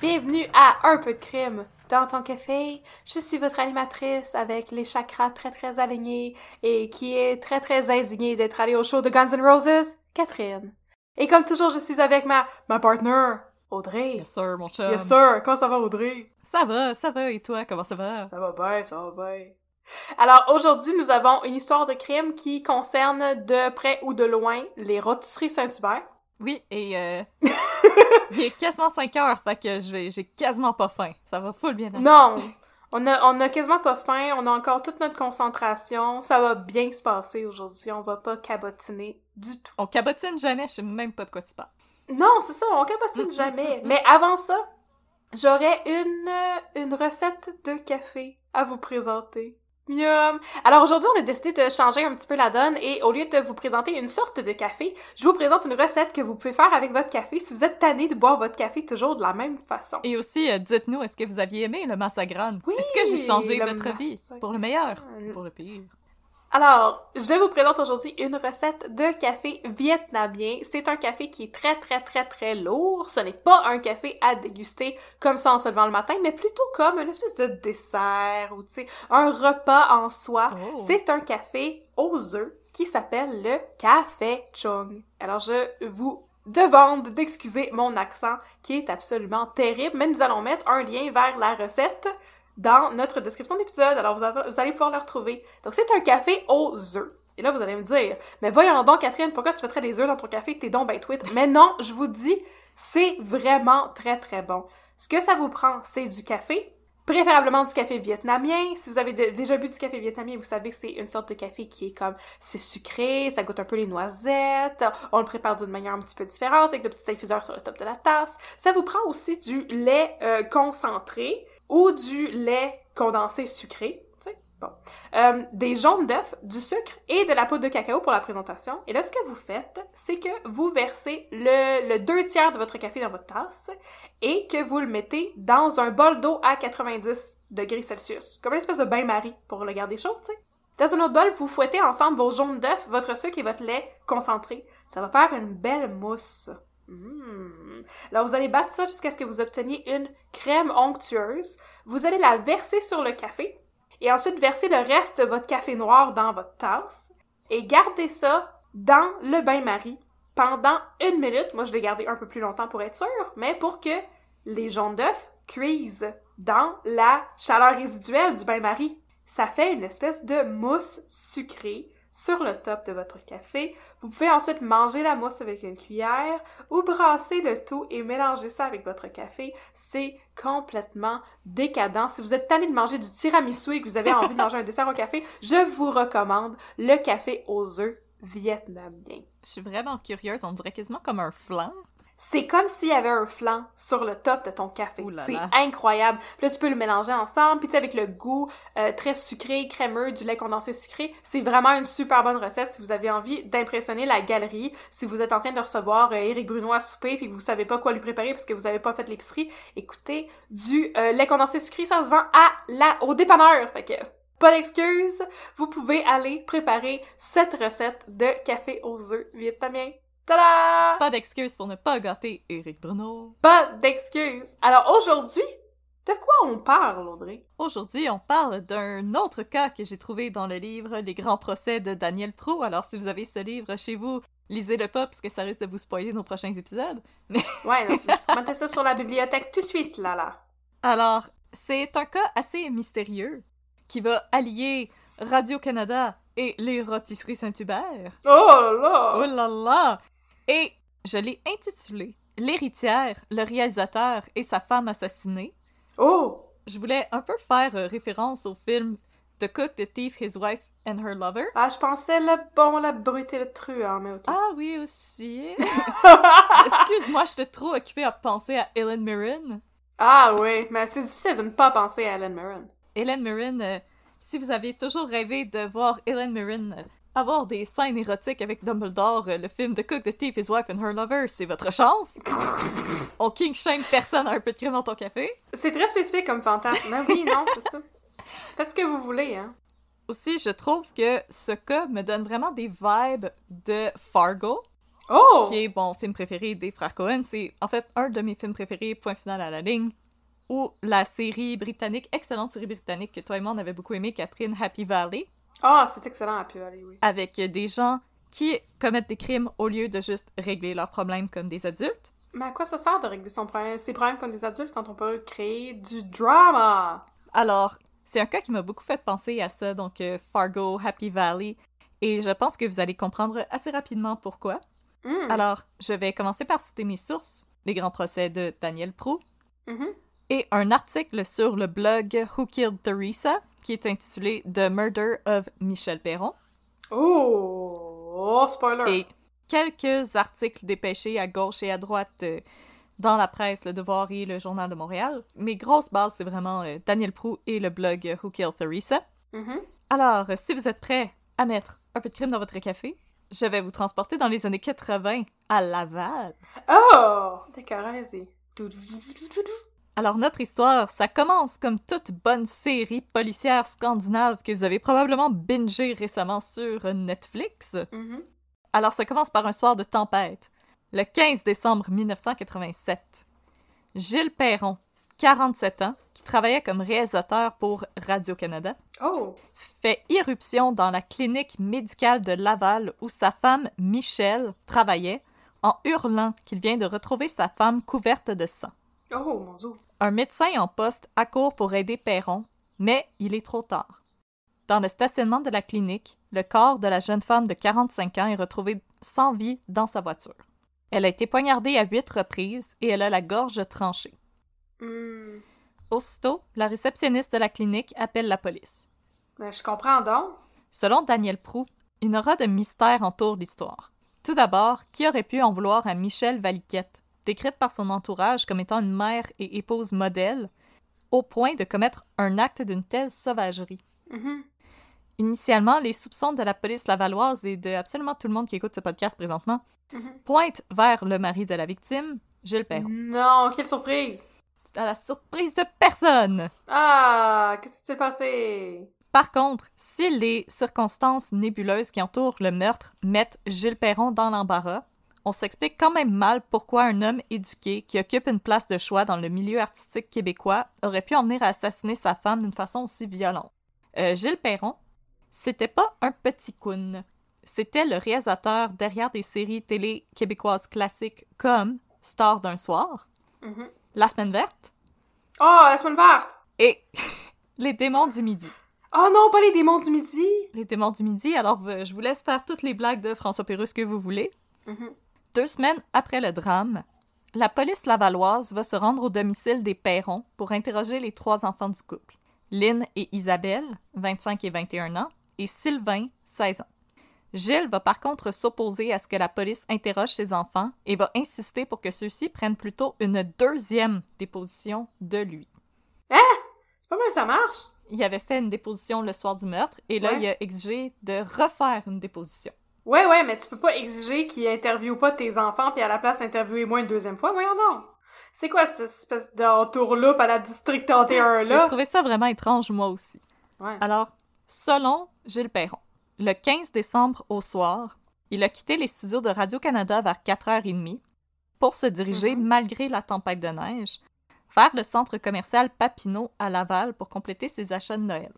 Bienvenue à Un peu de crime dans ton café. Je suis votre animatrice avec les chakras très très alignés et qui est très très indignée d'être allée au show de Guns N' Roses, Catherine. Et comme toujours, je suis avec ma ma partner, Audrey. Yes sir, mon chum. Yes, sir. Comment ça va Audrey Ça va, ça va, et toi, comment ça va? Ça va bien, ça va bien. Alors aujourd'hui, nous avons une histoire de crime qui concerne de près ou de loin les rôtisseries Saint-Hubert. Oui, et euh, il est quasiment 5 heures, fait que je vais, j'ai quasiment pas faim. Ça va full bien. aller. Non! On a, on a quasiment pas faim, on a encore toute notre concentration, ça va bien se passer aujourd'hui, on va pas cabotiner du tout. On cabotine jamais, je sais même pas de quoi tu parles. Non, c'est ça, on cabotine jamais. Mais avant ça, j'aurais une, une recette de café à vous présenter. Miam! Alors aujourd'hui, on a décidé de changer un petit peu la donne et au lieu de vous présenter une sorte de café, je vous présente une recette que vous pouvez faire avec votre café si vous êtes tanné de boire votre café toujours de la même façon. Et aussi, euh, dites-nous, est-ce que vous aviez aimé le Massagrande? Oui, est-ce que j'ai changé le votre vie? Massacre. Pour le meilleur? Euh, Pour le pire? Alors, je vous présente aujourd'hui une recette de café vietnamien. C'est un café qui est très très très très lourd. Ce n'est pas un café à déguster comme ça en se levant le matin, mais plutôt comme une espèce de dessert ou tu sais, un repas en soi. Oh. C'est un café aux œufs qui s'appelle le café chung. Alors, je vous demande d'excuser mon accent qui est absolument terrible, mais nous allons mettre un lien vers la recette dans notre description de l'épisode. Alors, vous, avez- vous allez pouvoir le retrouver. Donc, c'est un café aux œufs. Et là, vous allez me dire, mais voyons donc, Catherine, pourquoi tu mettrais des œufs dans ton café? T'es donc ben tweet. Mais non, je vous dis, c'est vraiment très, très bon. Ce que ça vous prend, c'est du café, préférablement du café vietnamien. Si vous avez de- déjà bu du café vietnamien, vous savez que c'est une sorte de café qui est comme, c'est sucré, ça goûte un peu les noisettes, on le prépare d'une manière un petit peu différente avec le petit infuseur sur le top de la tasse. Ça vous prend aussi du lait euh, concentré ou du lait condensé sucré. tu sais, Bon. Euh, des jaunes d'œufs, du sucre et de la poudre de cacao pour la présentation. Et là, ce que vous faites, c'est que vous versez le, le deux tiers de votre café dans votre tasse et que vous le mettez dans un bol d'eau à 90 degrés Celsius, comme une espèce de bain-marie pour le garder chaud, tu sais. Dans un autre bol, vous fouettez ensemble vos jaunes d'œufs, votre sucre et votre lait concentré. Ça va faire une belle mousse. Mm. Alors, vous allez battre ça jusqu'à ce que vous obteniez une crème onctueuse. Vous allez la verser sur le café et ensuite verser le reste de votre café noir dans votre tasse et gardez ça dans le bain-marie pendant une minute. Moi, je l'ai gardé un peu plus longtemps pour être sûr, mais pour que les jaunes d'œufs cuisent dans la chaleur résiduelle du bain-marie. Ça fait une espèce de mousse sucrée sur le top de votre café. Vous pouvez ensuite manger la mousse avec une cuillère ou brasser le tout et mélanger ça avec votre café. C'est complètement décadent. Si vous êtes tanné de manger du tiramisu et que vous avez envie de manger un dessert au café, je vous recommande le café aux œufs vietnamien. Je suis vraiment curieuse, on dirait quasiment comme un flan. C'est comme s'il y avait un flan sur le top de ton café. Ouh là C'est là. incroyable. Là, tu peux le mélanger ensemble, puis tu sais, avec le goût euh, très sucré, crémeux, du lait condensé sucré, c'est vraiment une super bonne recette si vous avez envie d'impressionner la galerie, si vous êtes en train de recevoir euh, Éric Bruno à souper, puis que vous savez pas quoi lui préparer parce que vous avez pas fait l'épicerie. Écoutez, du euh, lait condensé sucré, ça se vend à la, au dépanneur. Fait que, pas d'excuse, vous pouvez aller préparer cette recette de café aux œufs vietnamiens. Tada! Pas d'excuse pour ne pas gâter Eric Bruno. Pas d'excuse. Alors aujourd'hui, de quoi on parle, Audrey? Aujourd'hui, on parle d'un autre cas que j'ai trouvé dans le livre Les grands procès de Daniel Pro. Alors, si vous avez ce livre chez vous, lisez-le pas parce que ça risque de vous spoiler nos prochains épisodes. Mais Ouais, donc, mettez ça sur la bibliothèque tout de suite, là, là. alors, c'est un cas assez mystérieux qui va allier Radio-Canada et les rôtisseries Saint-Hubert. Oh là Oh là! là là! Et je l'ai intitulé L'héritière, le réalisateur et sa femme assassinée. Oh! Je voulais un peu faire euh, référence au film The Cook, The Thief, His Wife and Her Lover. Ah, je pensais le bon, la brute et le truand, mais ok. Ah oui, aussi. Excuse-moi, j'étais trop occupée à penser à Helen Mirren. Ah oui, mais c'est difficile de ne pas penser à Alan Mirren. Helen Mirren, euh, si vous avez toujours rêvé de voir Helen Mirren euh, avoir des scènes érotiques avec Dumbledore, euh, le film The Cook, The Thief, His Wife and Her Lover, c'est votre chance. On king shame personne à un peu de crème dans ton café. C'est très spécifique comme fantasme. Mais oui, non, c'est ça. Faites ce que vous voulez, hein. Aussi, je trouve que ce cas me donne vraiment des vibes de Fargo, Oh! qui est mon film préféré des frères Cohen. C'est en fait un de mes films préférés, point final à la ligne, ou la série britannique, excellente série britannique que toi et moi on avait beaucoup aimé, Catherine Happy Valley, Ah, c'est excellent à pu aller, oui. avec des gens qui commettent des crimes au lieu de juste régler leurs problèmes comme des adultes. Mais à quoi ça sert de régler son problème, ses problèmes comme des adultes quand on peut créer du drama? Alors, c'est un cas qui m'a beaucoup fait penser à ça, donc euh, Fargo, Happy Valley, et je pense que vous allez comprendre assez rapidement pourquoi. Alors, je vais commencer par citer mes sources, les grands procès de Daniel Prou, et un article sur le blog Who Killed Teresa, qui est intitulé The Murder of Michel Perron, Oh! Oh, spoiler! et quelques articles dépêchés à gauche et à droite euh, dans la presse, le Devoir et le Journal de Montréal. Mes grosses bases, c'est vraiment euh, Daniel Prou et le blog euh, Who Killed Theresa. Alors, euh, si vous êtes prêts à mettre un peu de crime dans votre café, je vais vous transporter dans les années 80 à Laval. Oh! D'accord, allez-y. Doudoudoudoudoudou. Alors, notre histoire, ça commence comme toute bonne série policière scandinave que vous avez probablement bingé récemment sur euh, Netflix. Alors, ça commence par un soir de tempête, le 15 décembre 1987. Gilles Perron, 47 ans, qui travaillait comme réalisateur pour Radio-Canada, Oh! fait irruption dans la clinique médicale de Laval où sa femme Michelle travaillait en hurlant qu'il vient de retrouver sa femme couverte de sang. Oh, mon dieu! Un médecin en poste accourt pour aider Perron, mais il est trop tard. Dans le stationnement de la clinique, le corps de la jeune femme de 45 ans est retrouvé sans vie dans sa voiture. Elle a été poignardée à huit reprises et elle a la gorge tranchée. Hmm. Aussitôt, la réceptionniste de la clinique appelle la police. Mais je comprends donc. Selon Daniel Prou, une aura de mystère entoure l'histoire. Tout d'abord, qui aurait pu en vouloir à Michelle Valiquette, décrite par son entourage comme étant une mère et épouse modèle, au point de commettre un acte d'une telle sauvagerie? Initialement, les soupçons de la police lavalloise et de absolument tout le monde qui écoute ce podcast présentement pointent vers le mari de la victime, Gilles Perron. Non, quelle surprise! À la surprise de personne! Ah, qu'est-ce qui s'est passé? Par contre, si les circonstances nébuleuses qui entourent le meurtre mettent Gilles Perron dans l'embarras, on s'explique quand même mal pourquoi un homme éduqué qui occupe une place de choix dans le milieu artistique québécois aurait pu en venir à assassiner sa femme d'une façon aussi violente. Euh, Gilles Perron, c'était pas un petit coon. C'était le réalisateur derrière des séries télé québécoises classiques comme Star d'un soir, La semaine verte Oh, la semaine verte! et Les démons du midi. Oh non, pas les démons du midi! Les démons du midi, alors euh, je vous laisse faire toutes les blagues de François Pérusse que vous voulez. Deux semaines après le drame, la police lavalloise va se rendre au domicile des Perrons pour interroger les trois enfants du couple, Lynn et Isabelle, 25 et 21 ans, et Sylvain, 16 ans. Gilles va par contre s'opposer à ce que la police interroge ses enfants et va insister pour que ceux-ci prennent plutôt une deuxième déposition de lui. Pas mal, ça marche. Il avait fait une déposition le soir du meurtre et là, Ouais. il a exigé de refaire une déposition. Ouais, ouais, mais tu peux pas exiger qu'ils interviewent pas tes enfants puis à la place interviewer moi une deuxième fois, voyons donc. C'est quoi cette espèce d'entourloupe à la District 31 J'ai là? trouvé ça vraiment étrange, moi aussi. Ouais. Alors, selon Gilles Perron, le 15 décembre au soir, il a quitté les studios de Radio-Canada vers 4h30 pour se diriger, malgré la tempête de neige, vers le centre commercial Papineau à Laval pour compléter ses achats de Noël.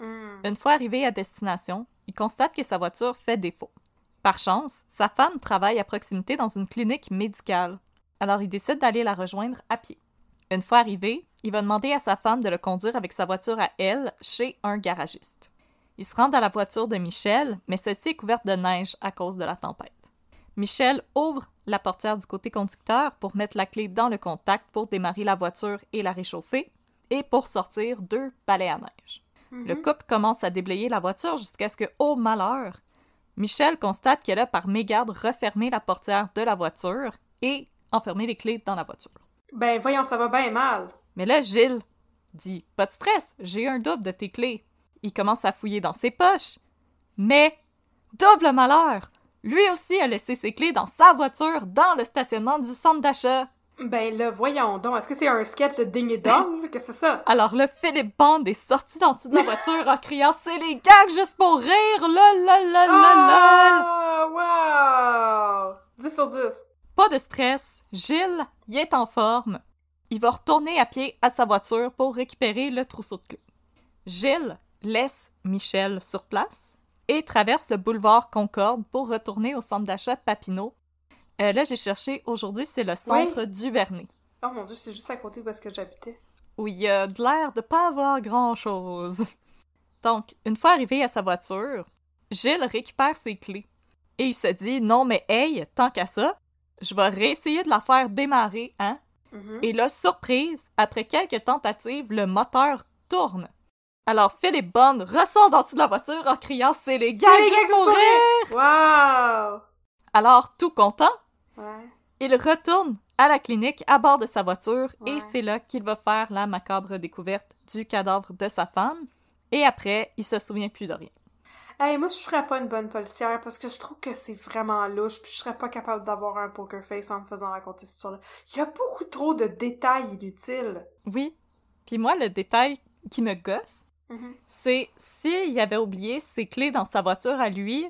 Une fois arrivé à destination, il constate que sa voiture fait défaut. Par chance, sa femme travaille à proximité dans une clinique médicale, alors il décide d'aller la rejoindre à pied. Une fois arrivé, il va demander à sa femme de le conduire avec sa voiture à elle chez un garagiste. Il se rend à la voiture de Michel, mais celle-ci est couverte de neige à cause de la tempête. Michel ouvre la portière du côté conducteur pour mettre la clé dans le contact pour démarrer la voiture et la réchauffer, et pour sortir deux balais à neige. Le couple commence à déblayer la voiture jusqu'à ce que, au malheur, Michel constate qu'elle a par mégarde refermé la portière de la voiture et enfermé les clés dans la voiture. Ben voyons, ça va bien mal. Mais là, Gilles dit Pas de stress, j'ai un double de tes clés. Il commence à fouiller dans ses poches. Mais, double malheur Lui aussi a laissé ses clés dans sa voiture dans le stationnement du centre d'achat. Ben là, voyons donc, est-ce que c'est un sketch de Ding et Dong? là? Qu'est-ce que c'est ça? Alors là, Philippe Bond est sorti d'en dessous de la voiture en criant C'est les gags juste pour rire Lol, lol, lol, lol, lol. Ah, wow! 10 sur 10. Pas de stress, Gilles, il est en forme. Il va retourner à pied à sa voiture pour récupérer le trousseau de clés. Gilles laisse Michel sur place et traverse le boulevard Concorde pour retourner au centre d'achat Papineau. Euh, là, j'ai cherché aujourd'hui, c'est le centre du Vernet, Oh mon dieu, c'est juste à côté où est-ce que j'habitais. où il y a de l'air de pas avoir grand-chose. Donc, une fois arrivé à sa voiture, Gilles récupère ses clés et il se dit non mais hey, tant qu'à ça, je vais réessayer de la faire démarrer, hein. Et là, surprise, après quelques tentatives, le moteur tourne. Alors Philippe Bond ressort d'en dessous de la voiture en criant c'est les gars les juste gags pour pour rire. Wow! Alors tout content, Ouais. il retourne à la clinique à bord de sa voiture et c'est là qu'il va faire la macabre découverte du cadavre de sa femme. Et après, il se souvient plus de rien. Hey, moi, je serais pas une bonne policière parce que je trouve que c'est vraiment louche, puis je serais pas capable d'avoir un poker face en me faisant raconter cette histoire-là. Il y a beaucoup trop de détails inutiles. Oui. Puis moi, le détail qui me gosse, Mm-hmm. c'est s'il avait oublié ses clés dans sa voiture à lui,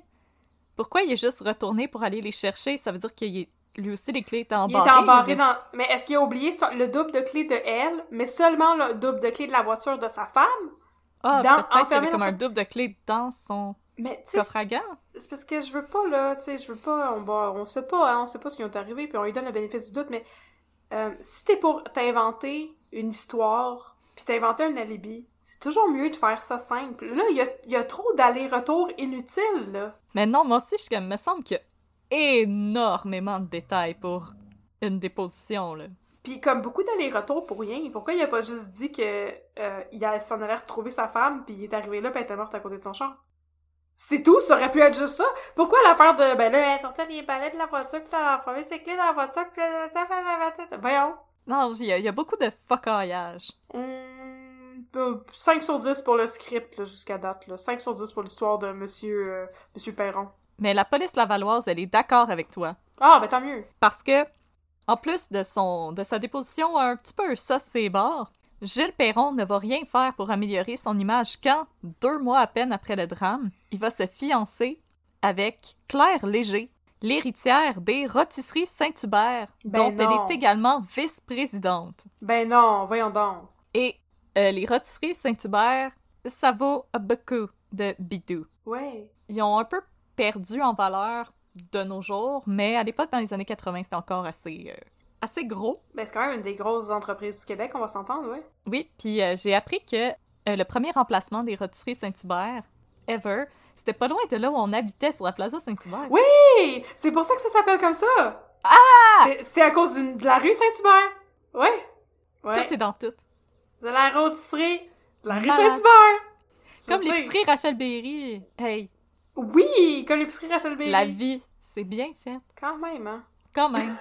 pourquoi il est juste retourné pour aller les chercher? Ça veut dire qu'il est- lui aussi, les clés étaient Il embarrées. est embarré dans. Mais est-ce qu'il a oublié son- le double de clé de elle, mais seulement le double de clé de la voiture de sa femme? Ah, dans- peut-être qu'il enfermé avait dans comme sa- un double de clés dans son Mais tu sais, coffre à gants. c'est parce que je veux pas, là, tu sais, je veux pas, on, va- on sait pas, hein, on sait pas ce qui est arrivé, puis on lui donne le bénéfice du doute, mais euh, si t'es pour t'inventer une histoire, puis t'inventer un alibi, c'est toujours mieux de faire ça simple. Là, il y a, il y a trop d'allers-retours inutiles, là. Mais non, moi aussi, je suis comme, me semble qu'il y a énormément de détails pour une déposition, là. Puis comme beaucoup d'allers-retours pour rien, pourquoi il a pas juste dit que euh, il a- s'en allait retrouver sa femme, puis il est arrivé là, puis elle était morte à côté de son champ? C'est tout, ça aurait pu être juste ça. Pourquoi l'affaire de ben là, elle sortait les balais de la voiture, puis elle a enfermé ses clés dans la voiture, puis elle a- voyons. Non, il y, a- il y a beaucoup de focaillage. Hum, euh, 5 sur 10 pour le script là, jusqu'à date. Là. 5 sur 10 pour l'histoire de Monsieur, euh, Monsieur Perron. Mais la police lavalloise, elle est d'accord avec toi. Ah, ben tant mieux. parce que en plus de son de sa déposition un petit peu ça c'est bord, Gilles Perron ne va rien faire pour améliorer son image quand deux mois à peine après le drame, il va se fiancer avec Claire Léger, l'héritière des rôtisseries Saint-Hubert Ben dont non. elle est également vice-présidente. Ben non, voyons donc. Et euh, les rôtisseries Saint-Hubert, ça vaut beaucoup de bidou Ouais. ils ont un peu perdu en valeur de nos jours, mais à l'époque, dans les années 80, c'était encore assez, euh, assez gros. Ben c'est quand même une des grosses entreprises du Québec, on va s'entendre, ouais. Oui, puis euh, j'ai appris que euh, le premier remplacement des rôtisseries Saint-Hubert, ever, c'était pas loin de là où on habitait, sur la plaza Saint-Hubert. Oui! C'est pour ça que ça s'appelle comme ça! Ah! C'est à cause d'une- de la rue Saint-Hubert. Ouais. Ah! Ouais. Tout est dans tout. De la rôtisserie de la rue Malade. Saint-Hubert. Ça, Comme c'est- l'épicerie Rachel Berry. Hey, Oui, comme l'épicerie Rachel Bailey. La vie, c'est bien fait. Quand même, hein. Quand même.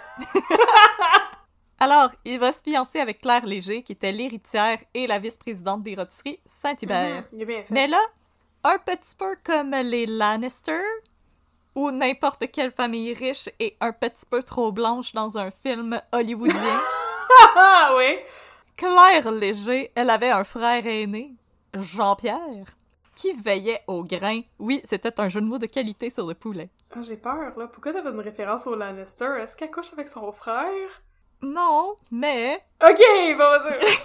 Alors, il va se fiancer avec Claire Léger, qui était l'héritière et la vice-présidente des rôtisseries Saint-Hubert. Mhm, il est bien fait. Euh, Mais là, un petit peu comme les Lannister, ou n'importe quelle famille riche et un petit peu trop blanche dans un film hollywoodien, Ah oui! Claire Léger, elle avait un frère aîné, Jean-Pierre, qui veillait au grain. Oui, c'était un jeu de mots de qualité sur le poulet. Ah, j'ai peur, là. Pourquoi t'avais une référence au Lannister? Est-ce qu'elle couche avec son frère? Non, mais Ok, bon, vas-y.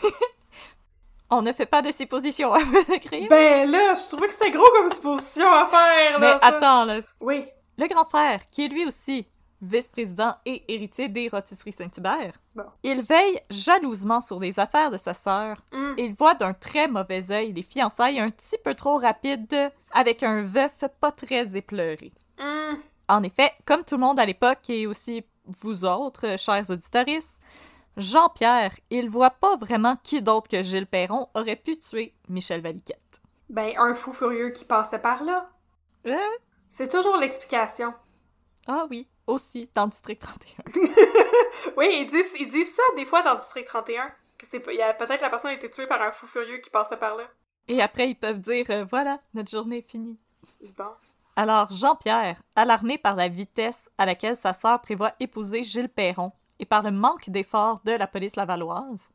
on ne fait pas de suppositions à me décrire. ben là, je trouvais que c'était gros comme supposition à faire, Mais là. ça. attends, là, Oui. Le grand frère, qui est lui aussi vice-président et héritier des rôtisseries Saint-Hubert, Bon. il veille jalousement sur les affaires de sa sœur. Il voit d'un très mauvais œil les fiançailles un petit peu trop rapides avec un veuf pas très éploré. Hmm. En effet, comme tout le monde à l'époque et aussi vous autres, euh, chers auditeurs, Jean-Pierre, il voit pas vraiment qui d'autre que Gilles Perron aurait pu tuer Michel Valiquette. Ben, un fou furieux qui passait par là. Hein? C'est toujours l'explication. Ah oui, aussi dans District 31. Oui, ils disent, ils disent ça des fois dans District 31. Que c'est, pas- il y a- peut-être la personne a été tuée par un fou furieux qui passait par là. Et après, ils peuvent dire euh, voilà, notre journée est finie. Bon. Alors, Jean-Pierre, alarmé par la vitesse à laquelle sa sœur prévoit épouser Gilles Perron et par le manque d'efforts de la police lavalloise,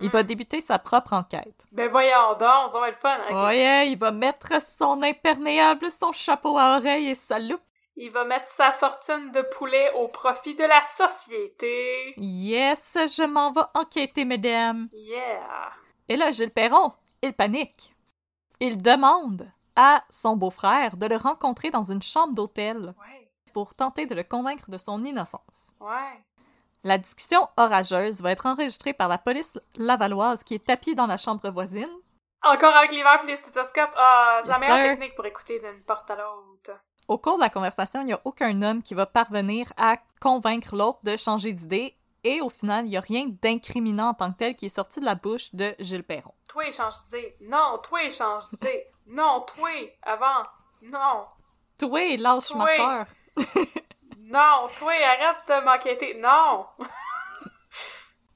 il va débuter sa propre enquête. Ben voyons donc, ça va être fun. hein. ok. Ouais, il va mettre son imperméable, son chapeau à oreille et sa loupe. Il va mettre sa fortune de poulet au profit de la société. Yes, je m'en vais enquêter, mesdames. Yeah. Et là, Gilles Perron, il panique. Il demande à son beau-frère de le rencontrer dans une chambre d'hôtel Ouais. pour tenter de le convaincre de son innocence. Ouais. La discussion orageuse va être enregistrée par la police lavalloise qui est tapie dans la chambre voisine. Encore avec l'hiver pis les stéthoscopes. Ah, c'est la Yes, meilleure sir. technique pour écouter d'une porte à l'autre. Au cours de la conversation, il n'y a aucun homme qui va parvenir à convaincre l'autre de changer d'idée et au final, il n'y a rien d'incriminant en tant que tel qui est sorti de la bouche de Gilles Perron. Toi, change d'idée. Non, toi, change d'idée. non, toi, avant. Non. Toi, lâche ma Oui. sœur. Non, toi, arrête de m'enquêter. Non.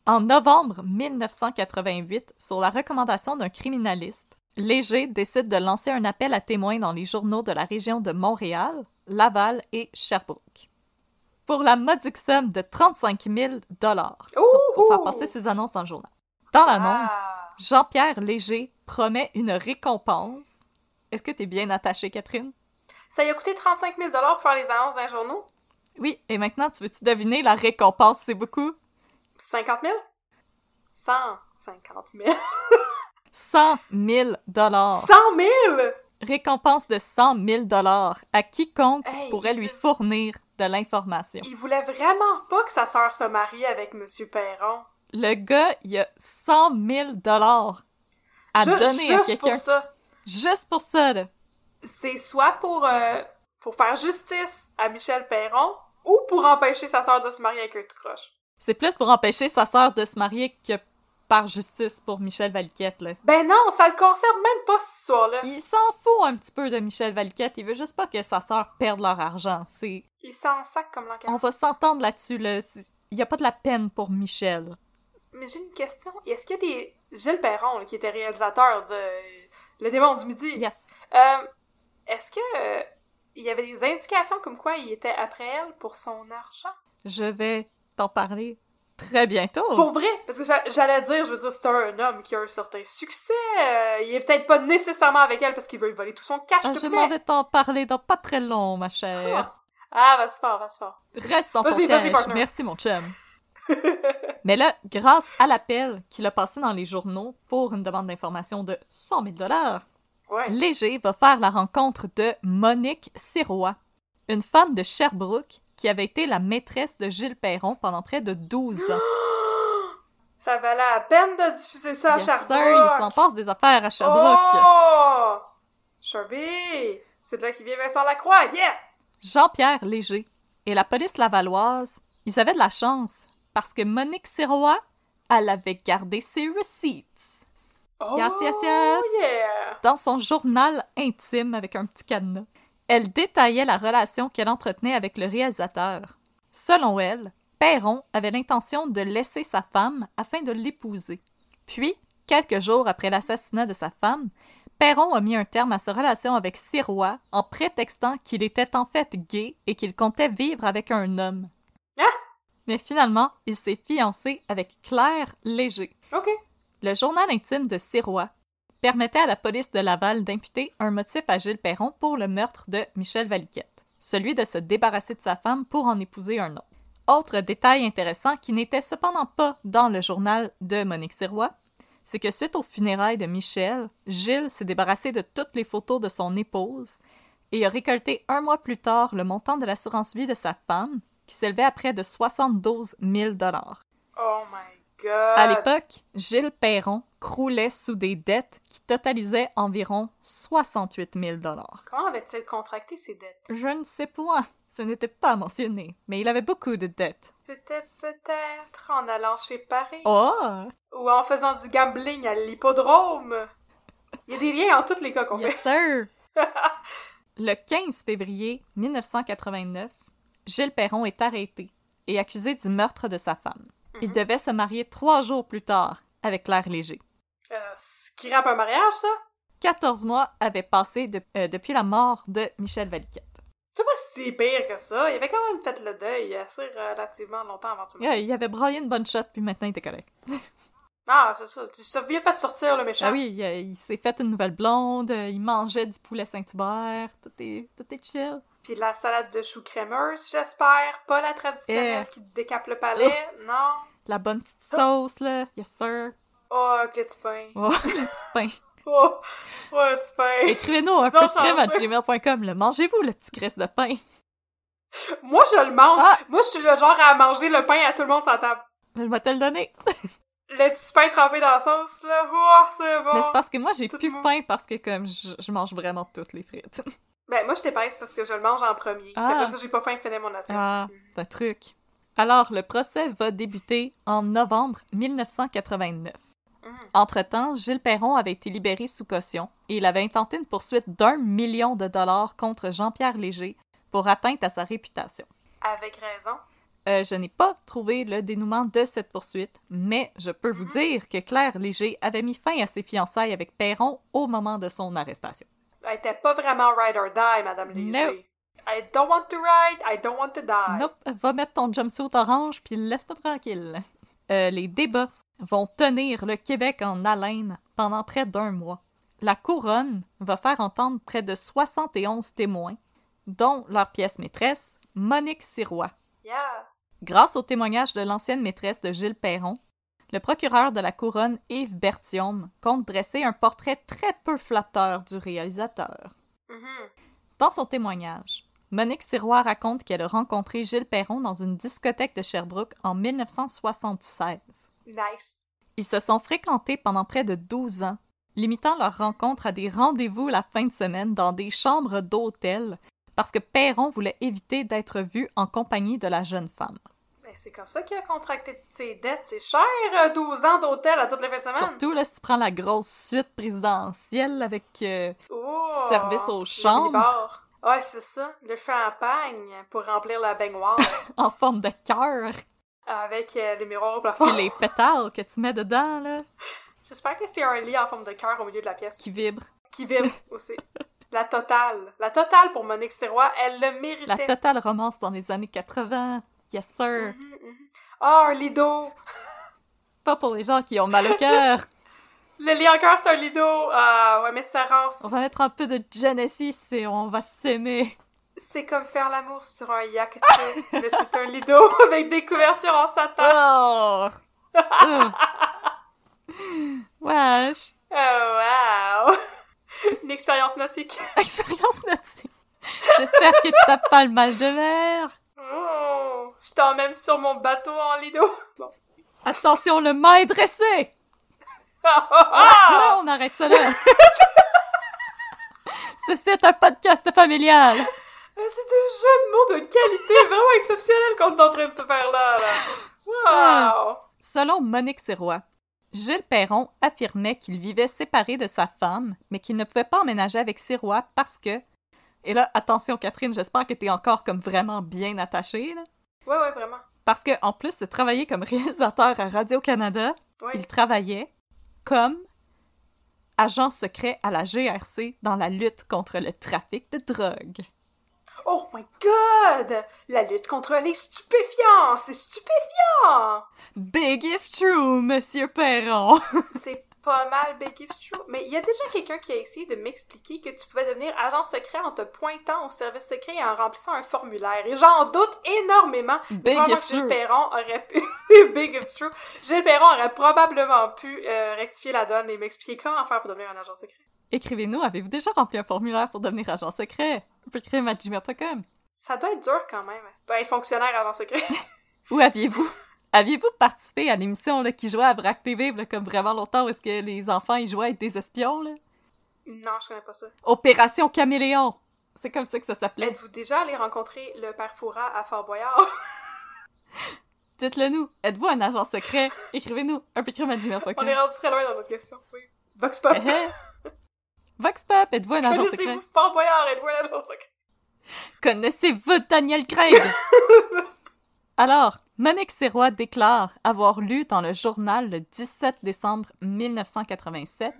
En novembre 1988, sur la recommandation d'un criminaliste, Léger décide de lancer un appel à témoins dans les journaux de la région de Montréal, Laval et Sherbrooke. Pour la modique somme de 35 000 dollars pour faire passer ses annonces dans le journal. Dans l'annonce, Ah. Jean-Pierre Léger promet une récompense. Est-ce que t'es bien attachée, Catherine? Ça lui a coûté 35 000 pour faire les annonces d'un journaux? Oui, et maintenant, tu veux-tu deviner la récompense, c'est beaucoup? 50 000? 150 000. 100 000 dollars. 100 000? Récompense de 100 000 dollars à quiconque Hey, pourrait lui je- fournir de l'information. Il voulait vraiment pas que sa sœur se marie avec Monsieur Perron. Le gars, il a 100 000 dollars à Ju- donner à juste quelqu'un. pour ça. Juste pour ça, là. C'est soit pour, euh, pour faire justice à Michel Perron ou pour empêcher sa sœur de se marier avec Kurt Croche. C'est plus pour empêcher sa sœur de se marier que par justice pour Michel Valquette, là. Ben non, ça le concerne même pas ce soir-là. Il s'en fout un petit peu de Michel Valquette. Il veut juste pas que sa sœur perde leur argent. C'est... Il s'en sac comme l'enquête. On va s'entendre là-dessus, là. C'est- Il n'y a pas de la peine pour Michel. Mais j'ai une question. Est-ce qu'il y a des... Gilles Perron, là, qui était réalisateur de Le démon du midi, Yes. euh, est-ce que euh, il y avait des indications comme quoi il était après elle pour son argent? Je vais t'en parler très bientôt. Pour vrai, parce que j'a- j'allais dire, je veux dire, c'est un homme qui a un certain succès. euh, il est peut-être pas nécessairement avec elle parce qu'il veut lui voler tout son cash. Ah, s'il te je plaît. m'en vais t'en parler dans pas très long, ma chère. Ah, vas-y fort, vas-y fort. Reste dans ton Vas-y, vas-y, siège. partner. Merci, mon chum. Mais là, grâce à l'appel qu'il a passé dans les journaux pour une demande d'information de 100 000 Ouais. Léger va faire la rencontre de Monique Sirois, une femme de Sherbrooke qui avait été la maîtresse de Gilles Perron pendant près de 12 ans. Ça valait la peine de diffuser ça à Yes, Sherbrooke. sir, il s'en passe des affaires à Sherbrooke. Oh! Sherby! C'est de là qu'il vient Vincent Lacroix, yeah! Jean-Pierre Léger et la police lavalloise, ils avaient de la chance parce que Monique Sirois, elle avait gardé ses receipts Oh, Yes, yes, yes. yeah! dans son journal intime avec un petit cadenas. Elle détaillait la relation qu'elle entretenait avec le réalisateur. Selon elle, Perron avait l'intention de laisser sa femme afin de l'épouser. Puis, quelques jours après l'assassinat de sa femme, Perron a mis un terme à sa relation avec Sirois en prétextant qu'il était en fait gay et qu'il comptait vivre avec un homme. Ah! Mais finalement, il s'est fiancé avec Claire Léger. OK. Le journal intime de Sirois permettait à la police de Laval d'imputer un motif à Gilles Perron pour le meurtre de Michel Valiquette, celui de se débarrasser de sa femme pour en épouser un autre. Autre détail intéressant qui n'était cependant pas dans le journal de Monique Sirois, c'est que suite aux funérailles de Michel, Gilles s'est débarrassé de toutes les photos de son épouse et a récolté un mois plus tard le montant de l'assurance vie de sa femme, qui s'élevait à près de 72 000 Oh my god. à l'époque, Gilles Perron croulait sous des dettes qui totalisaient environ 68 000 Comment avait-il contracté ses dettes? Je ne sais point, ce n'était pas mentionné, mais il avait beaucoup de dettes. C'était peut-être en allant chez Paris. Oh! Ou en faisant du gambling à l'hippodrome. Il y a des liens en tous les cas qu'on Yes, fait. sir! Le 15 février 1989, Gilles Perron est arrêté et accusé du meurtre de sa femme. Il devait se marier trois jours plus tard avec Claire Léger. Euh, ce qui rappe un mariage, ça? 14 mois avaient passé de- euh, depuis la mort de Michel Valiquette. C'est pas si pire que ça. Il avait quand même fait le deuil assez relativement longtemps avant tout. Yeah, Euh, il avait broyé une bonne shot, puis maintenant il était correct. Ah, c'est ça. Tu t'es bien fait sortir le méchant. Ah oui, il, euh, il s'est fait une nouvelle blonde, euh, il mangeait du poulet Saint-Hubert, tout est, tout est chill. Puis la salade de choux crémeuse, j'espère. Pas la traditionnelle Eh. Oh. qui te décape le palais. non. La bonne petite sauce, là, yes sir. Oh, que tu pain. Oh, le petit pain. Oh, oh, tu pain. Écrivez-nous un Non, peu de crème à chanceux. gmail.com, là. Mangez-vous le petit cresse de pain. Moi, je le mange. Ah. Moi, je suis le genre à manger le pain à tout le monde sur la table. Je vais te le donner. Le petit pain trempé dans la sauce, là. Oh, c'est bon. Mais c'est parce que moi, j'ai Tout plus le monde. faim parce que, comme, je, je mange vraiment toutes les frites. Ben, moi, je t'ai c'est parce que je le mange en premier. Ah. Après ça, j'ai pas faim de finir mon assiette. Ah, c'est un truc. Alors, le procès va débuter en novembre 1989. Entre-temps, Gilles Perron avait été libéré sous caution et il avait intenté une poursuite d'un million de dollars contre Jean-Pierre Léger pour atteinte à sa réputation. Avec raison. Euh, je n'ai pas trouvé le dénouement de cette poursuite, mais je peux vous dire que Claire Léger avait mis fin à ses fiançailles avec Perron au moment de son arrestation. Elle était pas vraiment ride or die, Madame Léger. Nope. I don't want to ride, I don't want to die. Nope, va mettre ton jumpsuit orange puis laisse-moi tranquille. Euh, les débats vont tenir le Québec en haleine pendant près d'un mois. La couronne va faire entendre près de 71 témoins, dont leur pièce maîtresse, Monique Sirois. Yeah. Grâce au témoignage de l'ancienne maîtresse de Gilles Perron, le procureur de la couronne, Yves Bertium, compte dresser un portrait très peu flatteur du réalisateur. Dans son témoignage, Monique Sirois raconte qu'elle a rencontré Gilles Perron dans une discothèque de Sherbrooke en 1976. Nice. Ils se sont fréquentés pendant près de 12 ans, limitant leur rencontre à des rendez-vous la fin de semaine dans des chambres d'hôtel parce que Perron voulait éviter d'être vu en compagnie de la jeune femme. Ben, c'est comme ça qu'il a contracté ses dettes. C'est cher, euh, 12 ans d'hôtel à toutes les fins de semaine. Surtout là, si tu prends la grosse suite présidentielle avec euh, Oh, service aux le chambres. minibar. Ouais, c'est ça. Le champagne pour remplir la baignoire en forme de cœur, avec euh, les miroirs au plafond. puis les pétales que tu mets dedans là, J'espère que c'est un lit en forme de cœur au milieu de la pièce. qui vibrent. Qui vibre aussi. la totale. La totale pour Monique Sirois, elle le méritait. La totale romance dans les années 80. Yes sir. Ah, un lido! Pas pour les gens qui ont mal au cœur. Le lit en cœur, c'est un lido! Ah, ouais, mais ça rance. On va mettre un peu de Genesis et on va s'aimer. C'est comme faire l'amour sur un yacht, mais c'est un lido avec des couvertures en satin. Oh! Ugh. Wesh! Oh, wow! Une expérience nautique. Expérience nautique. J'espère que tu tapes pas le mal de mer. Oh, je t'emmène sur mon bateau en lido. Bon. Attention, le mât est dressé! Ah, ah, ah! Là, on arrête ça là. Ceci est un podcast familial. C'est un jeu de mots de qualité vraiment exceptionnel qu'on est en train de te faire là. là. Wow! Selon Monique Sirois, Gilles Perron affirmait qu'il vivait séparé de sa femme, mais qu'il ne pouvait pas emménager avec Sirois parce que Et là, attention Catherine, j'espère que t'es encore comme vraiment bien attachée, là. Ouais, ouais, vraiment. Parce que en plus de travailler comme réalisateur à Radio-Canada, Ouais. il travaillait comme agent secret à la GRC dans la lutte contre le trafic de drogue. Oh my god! La lutte contre les stupéfiants! C'est stupéfiant! Big if true, Monsieur Perron! C'est pas mal Big If True. Mais il y a déjà quelqu'un qui a essayé de m'expliquer que tu pouvais devenir agent secret en te pointant au service secret et en remplissant un formulaire. Et j'en doute énormément. Mais Big probablement If que Gilles True. Perron aurait pu... Big If True. Gilles Perron aurait probablement pu euh, rectifier la donne et m'expliquer comment faire pour devenir un agent secret. Écrivez-nous, avez-vous déjà rempli un formulaire pour devenir agent secret? gmail.com. Ça doit être dur quand même. Ben, fonctionnaire agent secret. Où aviez-vous? Aviez-vous participé à l'émission là, qui jouait à Brac TV là, comme vraiment longtemps où est-ce que les enfants ils jouaient à être des espions? Là? non, je connais pas ça. Opération Caméléon! C'est comme ça que ça s'appelait. Êtes-vous déjà allé rencontrer le père Foura à Fort Boyard? Dites-le nous. Êtes-vous un agent secret? Écrivez-nous. Un gmail.com. On est rendu très loin dans notre question. Oui. Vox Pop. Vox Pop, êtes-vous un agent Eh, secret? Connaissez-vous Fort Boyard? Êtes-vous un agent secret? Connaissez-vous Daniel Craig? Alors, Monique Sirois déclare avoir lu dans le journal le 17 décembre 1987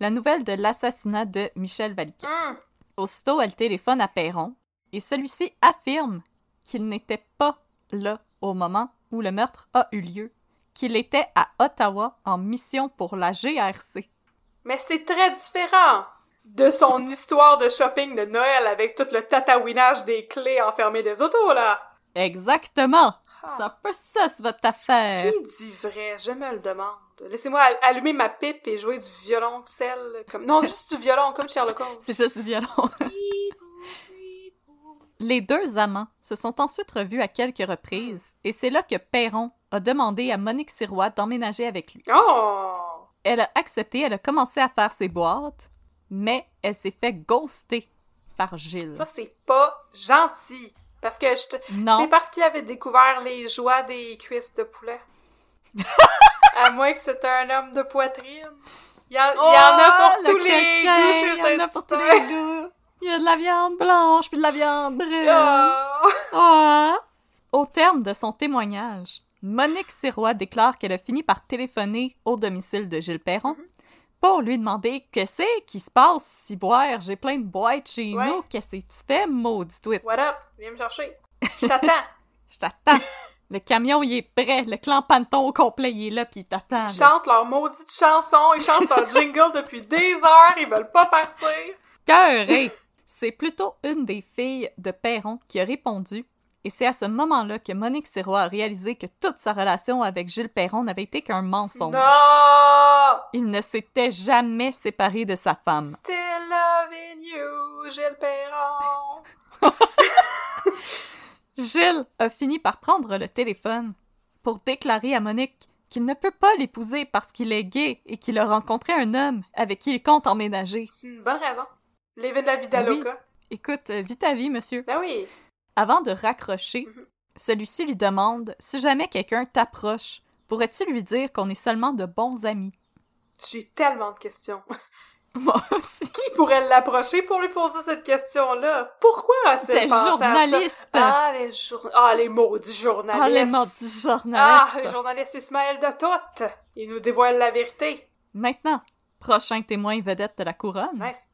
la nouvelle de l'assassinat de Michel Valiquet. Hmm. Aussitôt, elle téléphone à Perron et celui-ci affirme qu'il n'était pas là au moment où le meurtre a eu lieu, qu'il était à Ottawa en mission pour la GRC. Mais c'est très différent de son histoire de shopping de Noël avec tout le tatouinage des clés enfermées des autos, là. Exactement! Ah. C'est un peu ça, c'est votre affaire! Qui dit vrai? Je me le demande. Laissez-moi al- allumer ma pipe et jouer du violoncelle. Comme... Non, juste du violon, comme Sherlock Holmes. C'est juste violent. Les deux amants se sont ensuite revus à quelques reprises, et c'est là que Perron a demandé à Monique Sirois d'emménager avec lui. Oh! Elle a accepté, elle a commencé à faire ses boîtes, mais elle s'est fait ghoster par Gilles. Ça, c'est pas gentil. Parce que je te- Non. c'est parce qu'il avait découvert les joies des cuisses de poulet. à moins que c'était un homme de poitrine. Il y, en- il y en a pour Oh, tous le les coquin, goûts chez Il y en a pour tous Saint-Hubert. les goûts. Il y a de la viande blanche puis de la viande brune. Oh. Ah! Au terme de son témoignage, Monique Sirois déclare qu'elle a fini par téléphoner au domicile de Gilles Perron pour lui demander que c'est qui se passe si boire, j'ai plein de boîtes chez Ouais. nous, qu'est-ce que tu fais, maudit tweet? What up? Viens me chercher. Je t'attends. Je t'attends. le camion, il est prêt, le clan Panton au complet, il est là, puis il t'attend. Ils là. chantent leur maudite chanson, ils chantent leur jingle depuis des heures, ils veulent pas partir. Cœur, hey! C'est plutôt une des filles de Perron qui a répondu, et c'est à ce moment-là que Monique Sirois a réalisé que toute sa relation avec Gilles Perron n'avait été qu'un mensonge. Non! Il ne s'était jamais séparé de sa femme. Still loving you, Gilles Perron. Gilles a fini par prendre le téléphone pour déclarer à Monique qu'il ne peut pas l'épouser parce qu'il est gay et qu'il a rencontré un homme avec qui il compte emménager. C'est une bonne raison. Living la vida Oui. loca. Écoute, euh, vis ta vie, monsieur. Ben oui. Avant de raccrocher, Mhm. celui-ci lui demande si jamais quelqu'un t'approche, pourrais-tu lui dire qu'on est seulement de bons amis? J'ai tellement de questions. Moi aussi. Qui pourrait l'approcher pour lui poser cette question-là? Pourquoi Des a-t-il pensé journalistes. à ça? Ah, les jour... Ah, les maudits journalistes! Ah, les mordus Ah, journalistes. les journalistes, ils se mêlent de tout! Ils nous dévoilent la vérité. Maintenant, prochain témoin vedette de la couronne, Nice.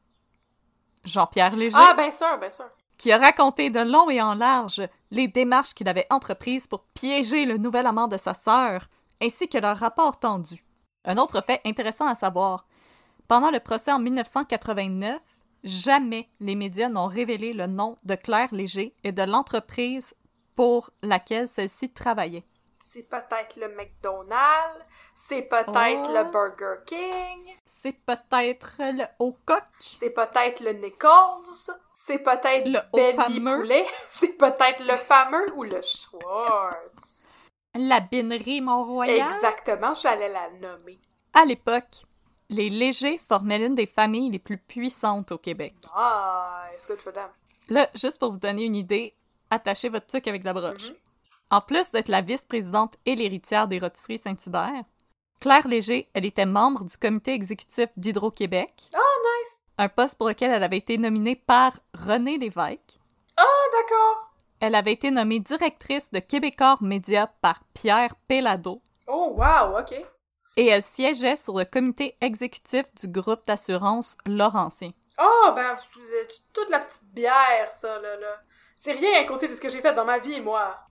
Jean-Pierre Léger. Ah, bien sûr, bien sûr. qui a raconté de long et en large les démarches qu'il avait entreprises pour piéger le nouvel amant de sa sœur, ainsi que leur rapport tendu. Un autre fait intéressant à savoir. Pendant le procès en 1989, jamais les médias n'ont révélé le nom de Claire Léger et de l'entreprise pour laquelle celle-ci travaillait. C'est peut-être le McDonald's, c'est peut-être Oh. le Burger King, C'est peut-être le haut coq. c'est peut-être le Nichols, c'est peut-être Le haut Benny fameux. Poulet, c'est peut-être le fameux ou le Schwartz. La binerie Mont-Royal. Exactement, j'allais la nommer. À l'époque, les Légers formaient l'une des familles les plus puissantes au Québec. Ah, est-ce que tu veux dame? Là, juste pour vous donner une idée, attachez votre truc avec de la broche. En plus d'être la vice-présidente et l'héritière des rôtisseries Saint-Hubert, Claire Léger, elle était membre du comité exécutif d'Hydro-Québec. Ah, nice! un poste pour lequel elle avait été nominée par René Lévesque. Ah, d'accord. Elle avait été nommée directrice de Québecor Média par Pierre Pellado Oh, wow, ok. et elle siégeait sur le comité exécutif du groupe d'assurance Laurentien. Ah, ben, c'est toute la petite bière, ça, là, là. C'est rien à côté de ce que j'ai fait dans ma vie, moi.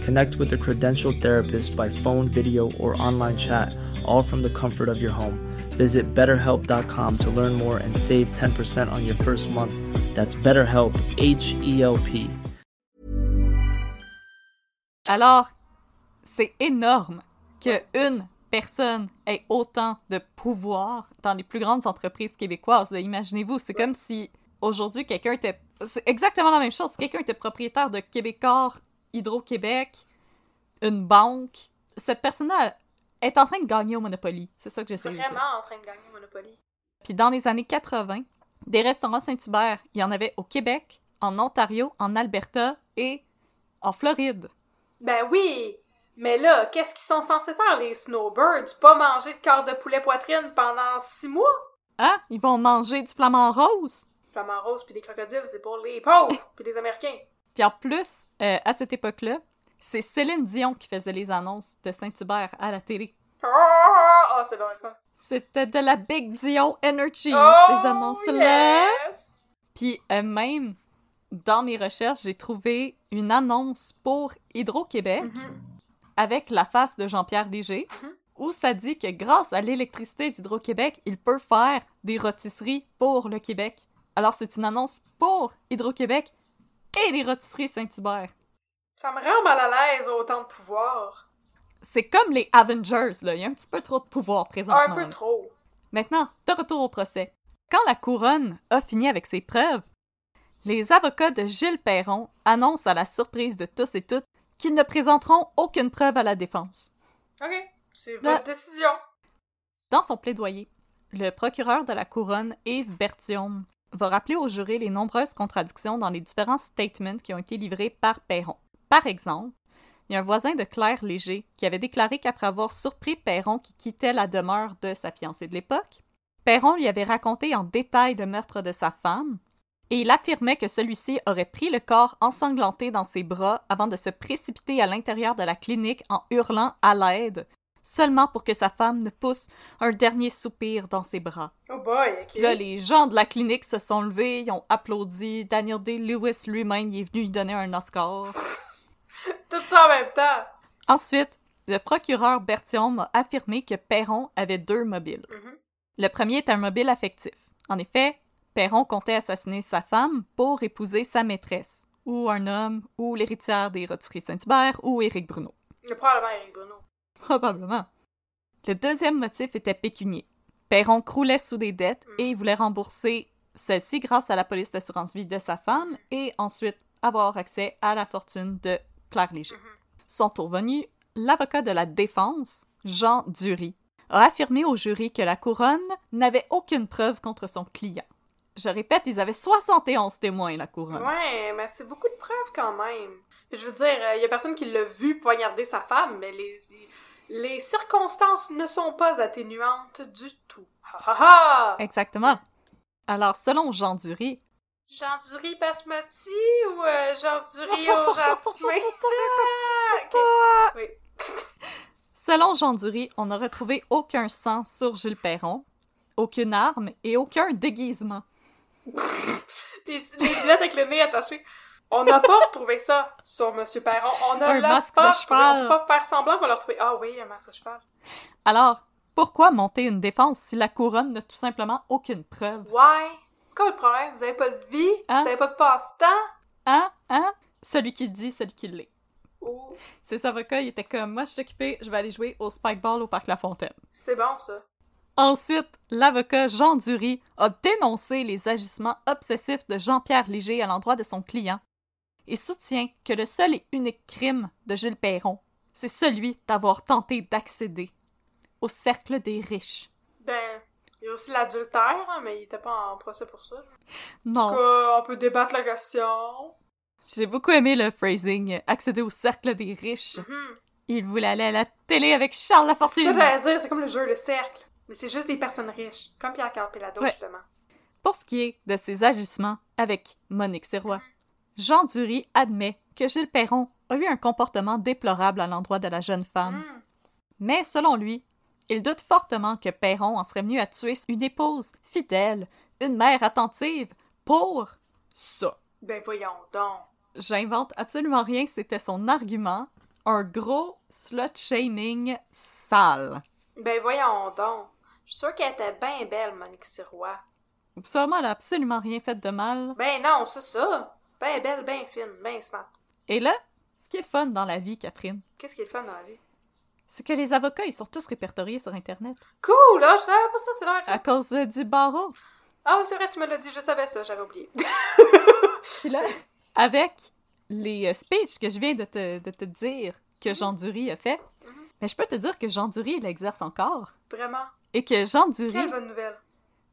Connect with a credentialed therapist by phone, video, or online chat, all from the comfort of your home. Visit betterhelp.com to learn more and save 10% on your first month. That's BetterHelp, H E L P. Alors, c'est énorme que une personne ait autant de pouvoir dans les plus grandes entreprises québécoises. Là, Imaginez-vous, c'est comme si aujourd'hui quelqu'un était... C'est exactement la même chose. Si Quelqu'un était propriétaire de Québécois, Hydro-Québec, une banque, cette personne-là est en train de gagner au Monopoly. C'est ça que j'essaie de dire. Vraiment en train de gagner au Monopoly. Puis dans les années 80, des restaurants Saint-Hubert, il y en avait au Québec, en Ontario, en Alberta et en Floride. Ben oui! Mais là, qu'est-ce qu'ils sont censés faire, les snowbirds? Pas manger de quart de poulet poitrine pendant six mois? Hein? Ils vont manger du flamand rose. Flamand rose puis des crocodiles, c'est pour les pauvres puis les Américains. Puis en plus, euh, à cette époque-là, c'est Céline Dion qui faisait les annonces de Saint-Hubert à la télé. Ah, ah, c'est drôle. C'était de la Big Dion Energy, Oh, ces annonces-là. yes! Puis euh, même, dans mes recherches, j'ai trouvé une annonce pour Hydro-Québec Mhm. avec la face de Jean-Pierre Léger, où ça dit que grâce à l'électricité d'Hydro-Québec, il peut faire des rôtisseries pour le Québec. Alors c'est une annonce pour Hydro-Québec et les rôtisseries Saint-Hubert. Ça me rend mal à l'aise autant de pouvoir. C'est comme les Avengers, là. Il y a un petit peu trop de pouvoir présentement. Un peu là. trop. Maintenant, de retour au procès. Quand la couronne a fini avec ses preuves, les avocats de Gilles Perron annoncent à la surprise de tous et toutes qu'ils ne présenteront aucune preuve à la défense. OK, c'est Là- votre décision. Dans son plaidoyer, le procureur de la couronne, Yves Bertium, va rappeler au juré les nombreuses contradictions dans les différents statements qui ont été livrés par Perron. Par exemple, il y a un voisin de Claire Léger qui avait déclaré qu'après avoir surpris Perron qui quittait la demeure de sa fiancée de l'époque, Perron lui avait raconté en détail le meurtre de sa femme et il affirmait que celui-ci aurait pris le corps ensanglanté dans ses bras avant de se précipiter à l'intérieur de la clinique en hurlant à l'aide, seulement pour que sa femme ne pousse un dernier soupir dans ses bras. Oh boy, OK. Puis là, les gens de la clinique se sont levés, ils ont applaudi. Daniel Day-Lewis lui-même il est venu lui donner un Oscar. Tout ça en même temps. Ensuite, le procureur Bertium a affirmé que Perron avait deux mobiles. Le premier est un mobile affectif. En effet, Perron comptait assassiner sa femme pour épouser sa maîtresse, ou un homme, ou l'héritière des rôtisseries Saint-Hubert, ou Éric Bruno. Le probablement Eric Bruno. Probablement. Le deuxième motif était pécunier. Perron croulait sous des dettes et il voulait rembourser celle-ci grâce à la police d'assurance vie de sa femme et ensuite avoir accès à la fortune de Claire Léger. Son tour venu, l'avocat de la défense, Jean Dury, a affirmé au jury que la couronne n'avait aucune preuve contre son client. Je répète, ils avaient 71 témoins, la couronne. Ouais, mais c'est beaucoup de preuves quand même. Je veux dire, il y a personne qui l'a vu poignarder sa femme, mais les, les circonstances ne sont pas atténuantes du tout. Ha ha ha! Exactement. Alors, selon Jean Dury, Jean du riz basmati ou euh, Jean du riz au jasmin? Ah, ok. Oui. Selon Jean Dury, on n'a retrouvé aucun sang sur Gilles Perron, aucune arme et aucun déguisement. Les, les lunettes avec le nez attaché. On n'a pas retrouvé ça sur Monsieur Perron. On Un ne l'a masque pas de retrouvé. cheval. On peut pas faire semblant qu'on l'a retrouvé. Ah oui, un masque de cheval. Alors, pourquoi monter une défense si la couronne n'a tout simplement aucune preuve? Ouais. C'est quoi le problème? Vous avez pas de vie? Hein? Vous avez pas de passe-temps? Hein? Hein? Celui qui dit, celui qui l'est. Ou... Ses avocats, ils étaient comme « Moi, je suis occupé, je vais aller jouer au spikeball au Parc La Fontaine. C'est bon, ça. » Ensuite, l'avocat Jean Dury a dénoncé les agissements obsessifs de Jean-Pierre Léger à l'endroit de son client et soutient que le seul et unique crime de Gilles Perron c'est celui d'avoir tenté d'accéder au cercle des riches. Ben, il y a aussi l'adultère, là, mais il était pas en procès pour ça. En tout Non, cas, on peut débattre la question. j'ai beaucoup aimé le phrasing euh, accéder au cercle des riches. Il voulait aller à la télé avec Charles Mm-hmm. C'est Lafortune. ça, j'allais dire, c'est comme le jeu, le cercle. Mais c'est juste des personnes riches, comme Pierre Carpelado, Ouais. justement. Pour ce qui est de ses agissements avec Monique Sirois, Jean Dury admet que Gilles Perron a eu un comportement déplorable à l'endroit de la jeune femme. Mais selon lui, il doute fortement que Perron en serait venu à tuer une épouse fidèle, une mère attentive, pour ça. Ben voyons donc. J'invente absolument rien, c'était son argument. Un gros slut-shaming sale. Ben voyons donc. Je suis sûre qu'elle était bien belle, Monique Sirois. Seulement, elle a absolument rien fait de mal. Ben non, c'est ça. Ben belle, ben fine, ben smart. Et là, ce qui est le fun dans la vie, Catherine, Qu'est-ce qu'il est le fun dans la vie? c'est que les avocats, ils sont tous répertoriés sur Internet Cool, là, je savais pas ça, c'est l'air. à cause euh, du barreau. Ah oui, c'est vrai, tu me l'as dit, je savais ça, j'avais oublié. Puis là, avec les euh, speeches que je viens de te, de te dire que Jean Dury a fait, mais je peux te dire que Jean Dury, il exerce encore. Vraiment, Et que Jean Dury, quelle bonne nouvelle.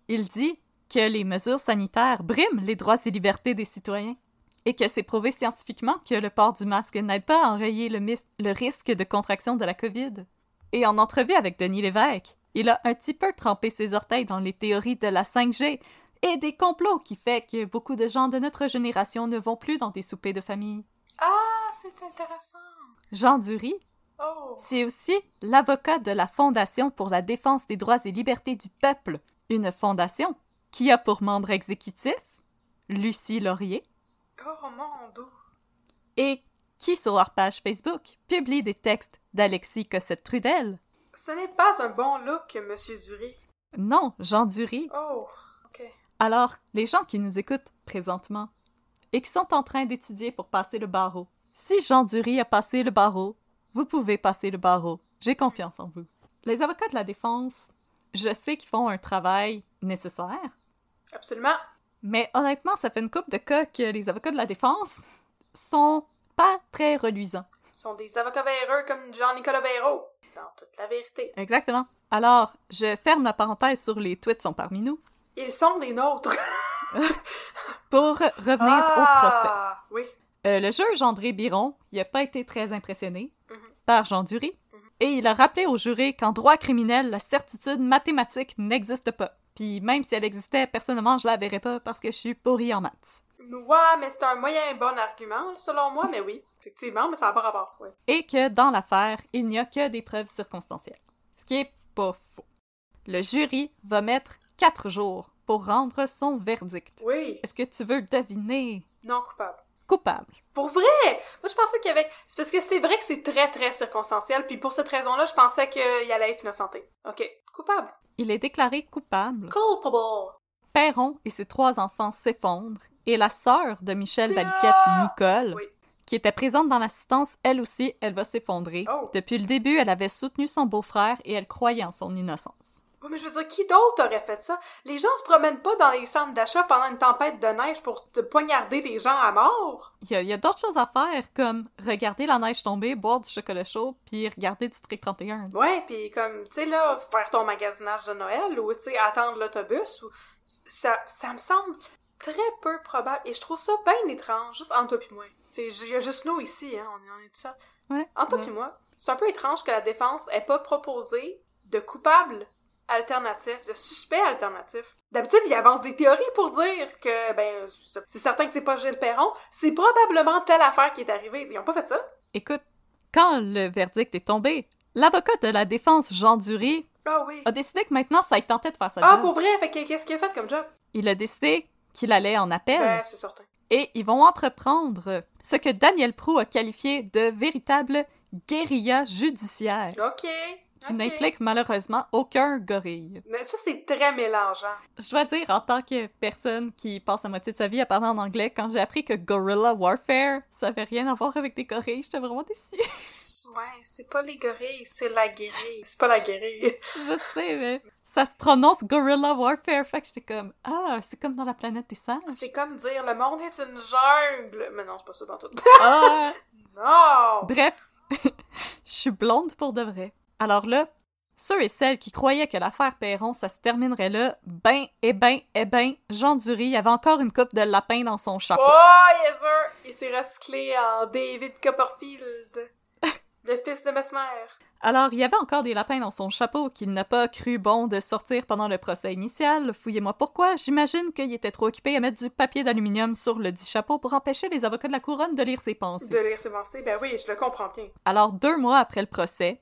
il dit que les mesures sanitaires briment les droits et libertés des citoyens. Et que c'est prouvé scientifiquement que le port du masque n'aide pas à enrayer le, mis- le risque de contraction de la COVID. Et en entrevue avec Denis Lévesque, il a un petit peu trempé ses orteils dans les théories de la 5G et des complots qui fait que beaucoup de gens de notre génération ne vont plus dans des soupers de famille. Ah, c'est intéressant. Jean Dury, Oh, c'est aussi l'avocat de la Fondation pour la défense des droits et libertés du peuple, une fondation qui a pour membre exécutif Lucie Laurier oh mon dieu. et qui, sur leur page Facebook, publie des textes d'Alexis Cossette-Trudel. Ce n'est pas un bon look, Monsieur Dury. Non, Jean Dury. Oh, ok. Alors, les gens qui nous écoutent présentement et qui sont en train d'étudier pour passer le barreau, si Jean Dury a passé le barreau, vous pouvez passer le barreau. J'ai confiance en vous. Les avocats de la défense, je sais qu'ils font un travail nécessaire, Absolument. mais honnêtement, ça fait une coupe de cas que les avocats de la défense sont pas très reluisants. Ce sont des avocats véreux comme Jean-Nicolas Véro. Dans toute la vérité. Exactement. Alors, je ferme la parenthèse sur les tweets sont parmi nous Ils sont des nôtres. pour revenir au procès. ah, oui. Euh, le juge André Biron, il n'a pas été très impressionné par Jean Dury et il a rappelé au juré qu'en droit criminel, la certitude mathématique n'existe pas. Puis même si elle existait, personnellement, je la verrais pas parce que je suis pourrie en maths. Ouais, mais c'est un moyen bon argument, selon moi, mais oui. Effectivement, mais ça n'a pas rapport, ouais. Et que dans l'affaire, il n'y a que des preuves circonstancielles. Ce qui est pas faux. Le jury va mettre quatre jours pour rendre son verdict. Oui, Est-ce que tu veux deviner non coupable. coupable? Pour vrai! Moi, je pensais qu'il y avait... C'est parce que c'est vrai que c'est très, très circonstanciel, puis pour cette raison-là, je pensais qu'il allait être innocenté. OK. Coupable. Il est déclaré coupable. Culpable. Perron et ses trois enfants s'effondrent et la sœur de Michel Baliquette, Nicole, Ah! Oui. qui était présente dans l'assistance, elle aussi, elle va s'effondrer. Oh. Depuis le début, elle avait soutenu son beau-frère et elle croyait en son innocence. Oui, mais je veux dire, qui d'autre aurait fait ça? Les gens se promènent pas dans les centres d'achat pendant une tempête de neige pour te poignarder des gens à mort. Il y a, il y a d'autres choses à faire comme regarder la neige tomber, boire du chocolat chaud, puis regarder District 31. Ouais, puis comme, tu sais, là, faire ton magasinage de Noël ou, tu sais, attendre l'autobus ou... Ça, ça me semble très peu probable et je trouve ça bien étrange, juste entre toi puis moi. Tu sais, il y a juste nous ici, hein, on est, on est tout seul. Ouais. Entre toi Ouais. puis moi, c'est un peu étrange que la défense ait pas proposé de coupable alternatif, de suspect alternatif. D'habitude, il avance des théories pour dire que, ben, c'est certain que c'est pas Gilles Perron, c'est probablement telle affaire qui est arrivée. Ils ont pas fait ça? Écoute, quand le verdict est tombé, l'avocat de la défense, Jean Dury, Ah oui. a décidé que maintenant, ça y tentait de faire sa Ah, job. pour vrai, fait que qu'est-ce qu'il a fait comme job? Il a décidé qu'il allait en appel. Ben, c'est certain. et ils vont entreprendre ce que Daniel Prou a qualifié de véritable guérilla judiciaire, OK. qui ok. n'implique malheureusement aucun gorille. Mais ça, c'est très mélangeant. Je dois dire, en tant que personne qui passe la moitié de sa vie à parler en anglais, quand j'ai appris que Gorilla Warfare, ça avait rien à voir avec des gorilles, j'étais vraiment déçue. Ouais, c'est pas les gorilles, c'est la guérille. C'est pas la guérille. Je sais, mais ça se prononce Gorilla Warfare, fait que j'étais comme, ah, c'est comme dans la planète des singes. C'est comme dire le monde est une jungle. Mais non, c'est pas ça dans tout. Ah! non! Bref, Je suis blonde pour de vrai. Alors là, ceux et celles qui croyaient que l'affaire Perron, ça se terminerait là, ben, eh ben, eh ben, Jean Dury avait encore une coupe de lapin dans son chapeau. Oh, yes sir! Il s'est recyclé en David Copperfield, le fils de Mesmer. Alors, il y avait encore des lapins dans son chapeau qu'il n'a pas cru bon de sortir pendant le procès initial. Fouillez-moi pourquoi. J'imagine qu'il était trop occupé à mettre du papier d'aluminium sur le dit chapeau pour empêcher les avocats de la couronne de lire ses pensées. De lire ses pensées, ben oui, je le comprends bien. Alors, deux mois après le procès,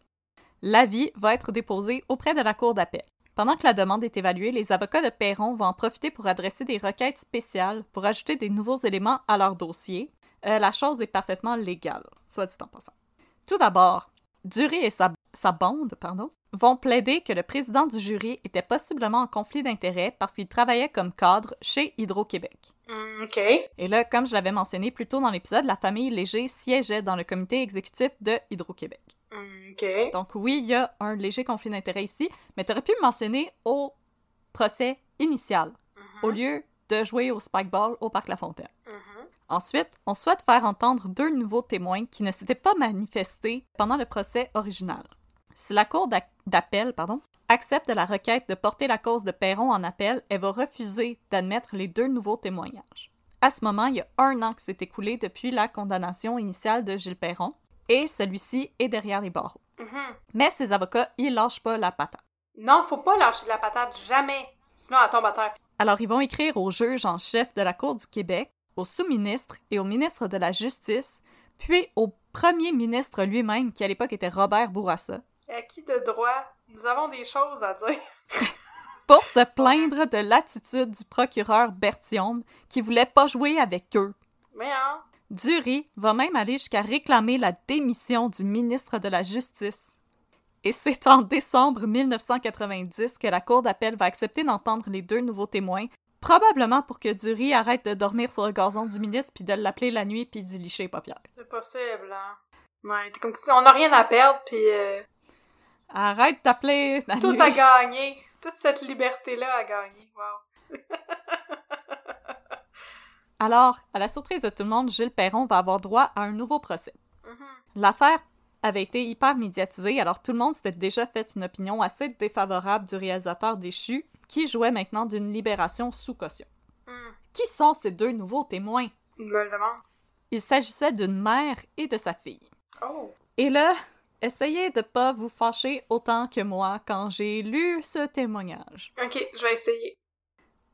l'avis va être déposé auprès de la Cour d'appel. Pendant que la demande est évaluée, les avocats de Perron vont en profiter pour adresser des requêtes spéciales pour ajouter des nouveaux éléments à leur dossier. Euh, la chose est parfaitement légale, soit dit en passant. Tout d'abord, Dury et sa, sa bande pardon, vont plaider que le président du jury était possiblement en conflit d'intérêts parce qu'il travaillait comme cadre chez Hydro-Québec. Hmm, ok. Et là, comme je l'avais mentionné plus tôt dans l'épisode, la famille Léger siégeait dans le comité exécutif de Hydro-Québec. Hmm, ok. Donc oui, il y a un léger conflit d'intérêt ici, mais t'aurais pu le mentionner au procès initial, au lieu de jouer au spikeball au Parc La Fontaine. Ensuite, on souhaite faire entendre deux nouveaux témoins qui ne s'étaient pas manifestés pendant le procès original. Si la Cour d'ac- d'appel pardon, accepte la requête de porter la cause de Perron en appel, elle va refuser d'admettre les deux nouveaux témoignages. À ce moment, il y a un an qui s'est écoulé depuis la condamnation initiale de Gilles Perron, et celui-ci est derrière les barreaux. Mais ses avocats, ils lâchent pas la patate. Non, faut pas lâcher de la patate, jamais. Sinon, elle tombe à terre. Alors, ils vont écrire au juge en chef de la Cour du Québec, au sous-ministre et au ministre de la Justice, puis au premier ministre lui-même, qui à l'époque était Robert Bourassa, À Euh, qui de droit? Nous avons des choses à dire. pour se plaindre de l'attitude du procureur Berthiaume, qui voulait pas jouer avec eux. Mais hein? Dury va même aller jusqu'à réclamer la démission du ministre de la Justice. Et c'est en décembre 1990 que la Cour d'appel va accepter d'entendre les deux nouveaux témoins, probablement pour que Dury arrête de dormir sur le gazon du ministre puis de l'appeler la nuit puis d'y licher les paupières. C'est possible, hein? Ouais, t'es comme si on n'a rien à perdre, puis euh, Arrête d'appeler la tout nuit. à gagner. Toute cette liberté-là à gagner. Wow. Alors, à la surprise de tout le monde, Gilles Perron va avoir droit à un nouveau procès. L'affaire avait été hyper médiatisée, alors tout le monde s'était déjà fait une opinion assez défavorable du réalisateur déchu, qui jouait maintenant d'une libération sous caution. Qui sont ces deux nouveaux témoins? Il me le demande. Il s'agissait d'une mère et de sa fille. Oh. Et là, essayez de pas vous fâcher autant que moi quand j'ai lu ce témoignage. Ok, je vais essayer.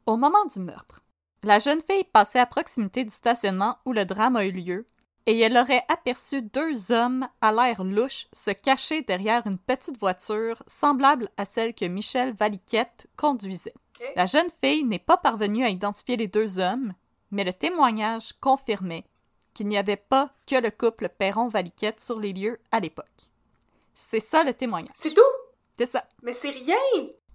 Au moment du meurtre, la jeune fille passait à proximité du stationnement où le drame a eu lieu et elle aurait aperçu deux hommes à l'air louche se cacher derrière une petite voiture semblable à celle que Michel Valiquette conduisait. Ok. La jeune fille n'est pas parvenue à identifier les deux hommes, mais le témoignage confirmait qu'il n'y avait pas que le couple Perron-Valiquette sur les lieux à l'époque. C'est ça le témoignage. C'est tout? C'est ça. Mais c'est rien!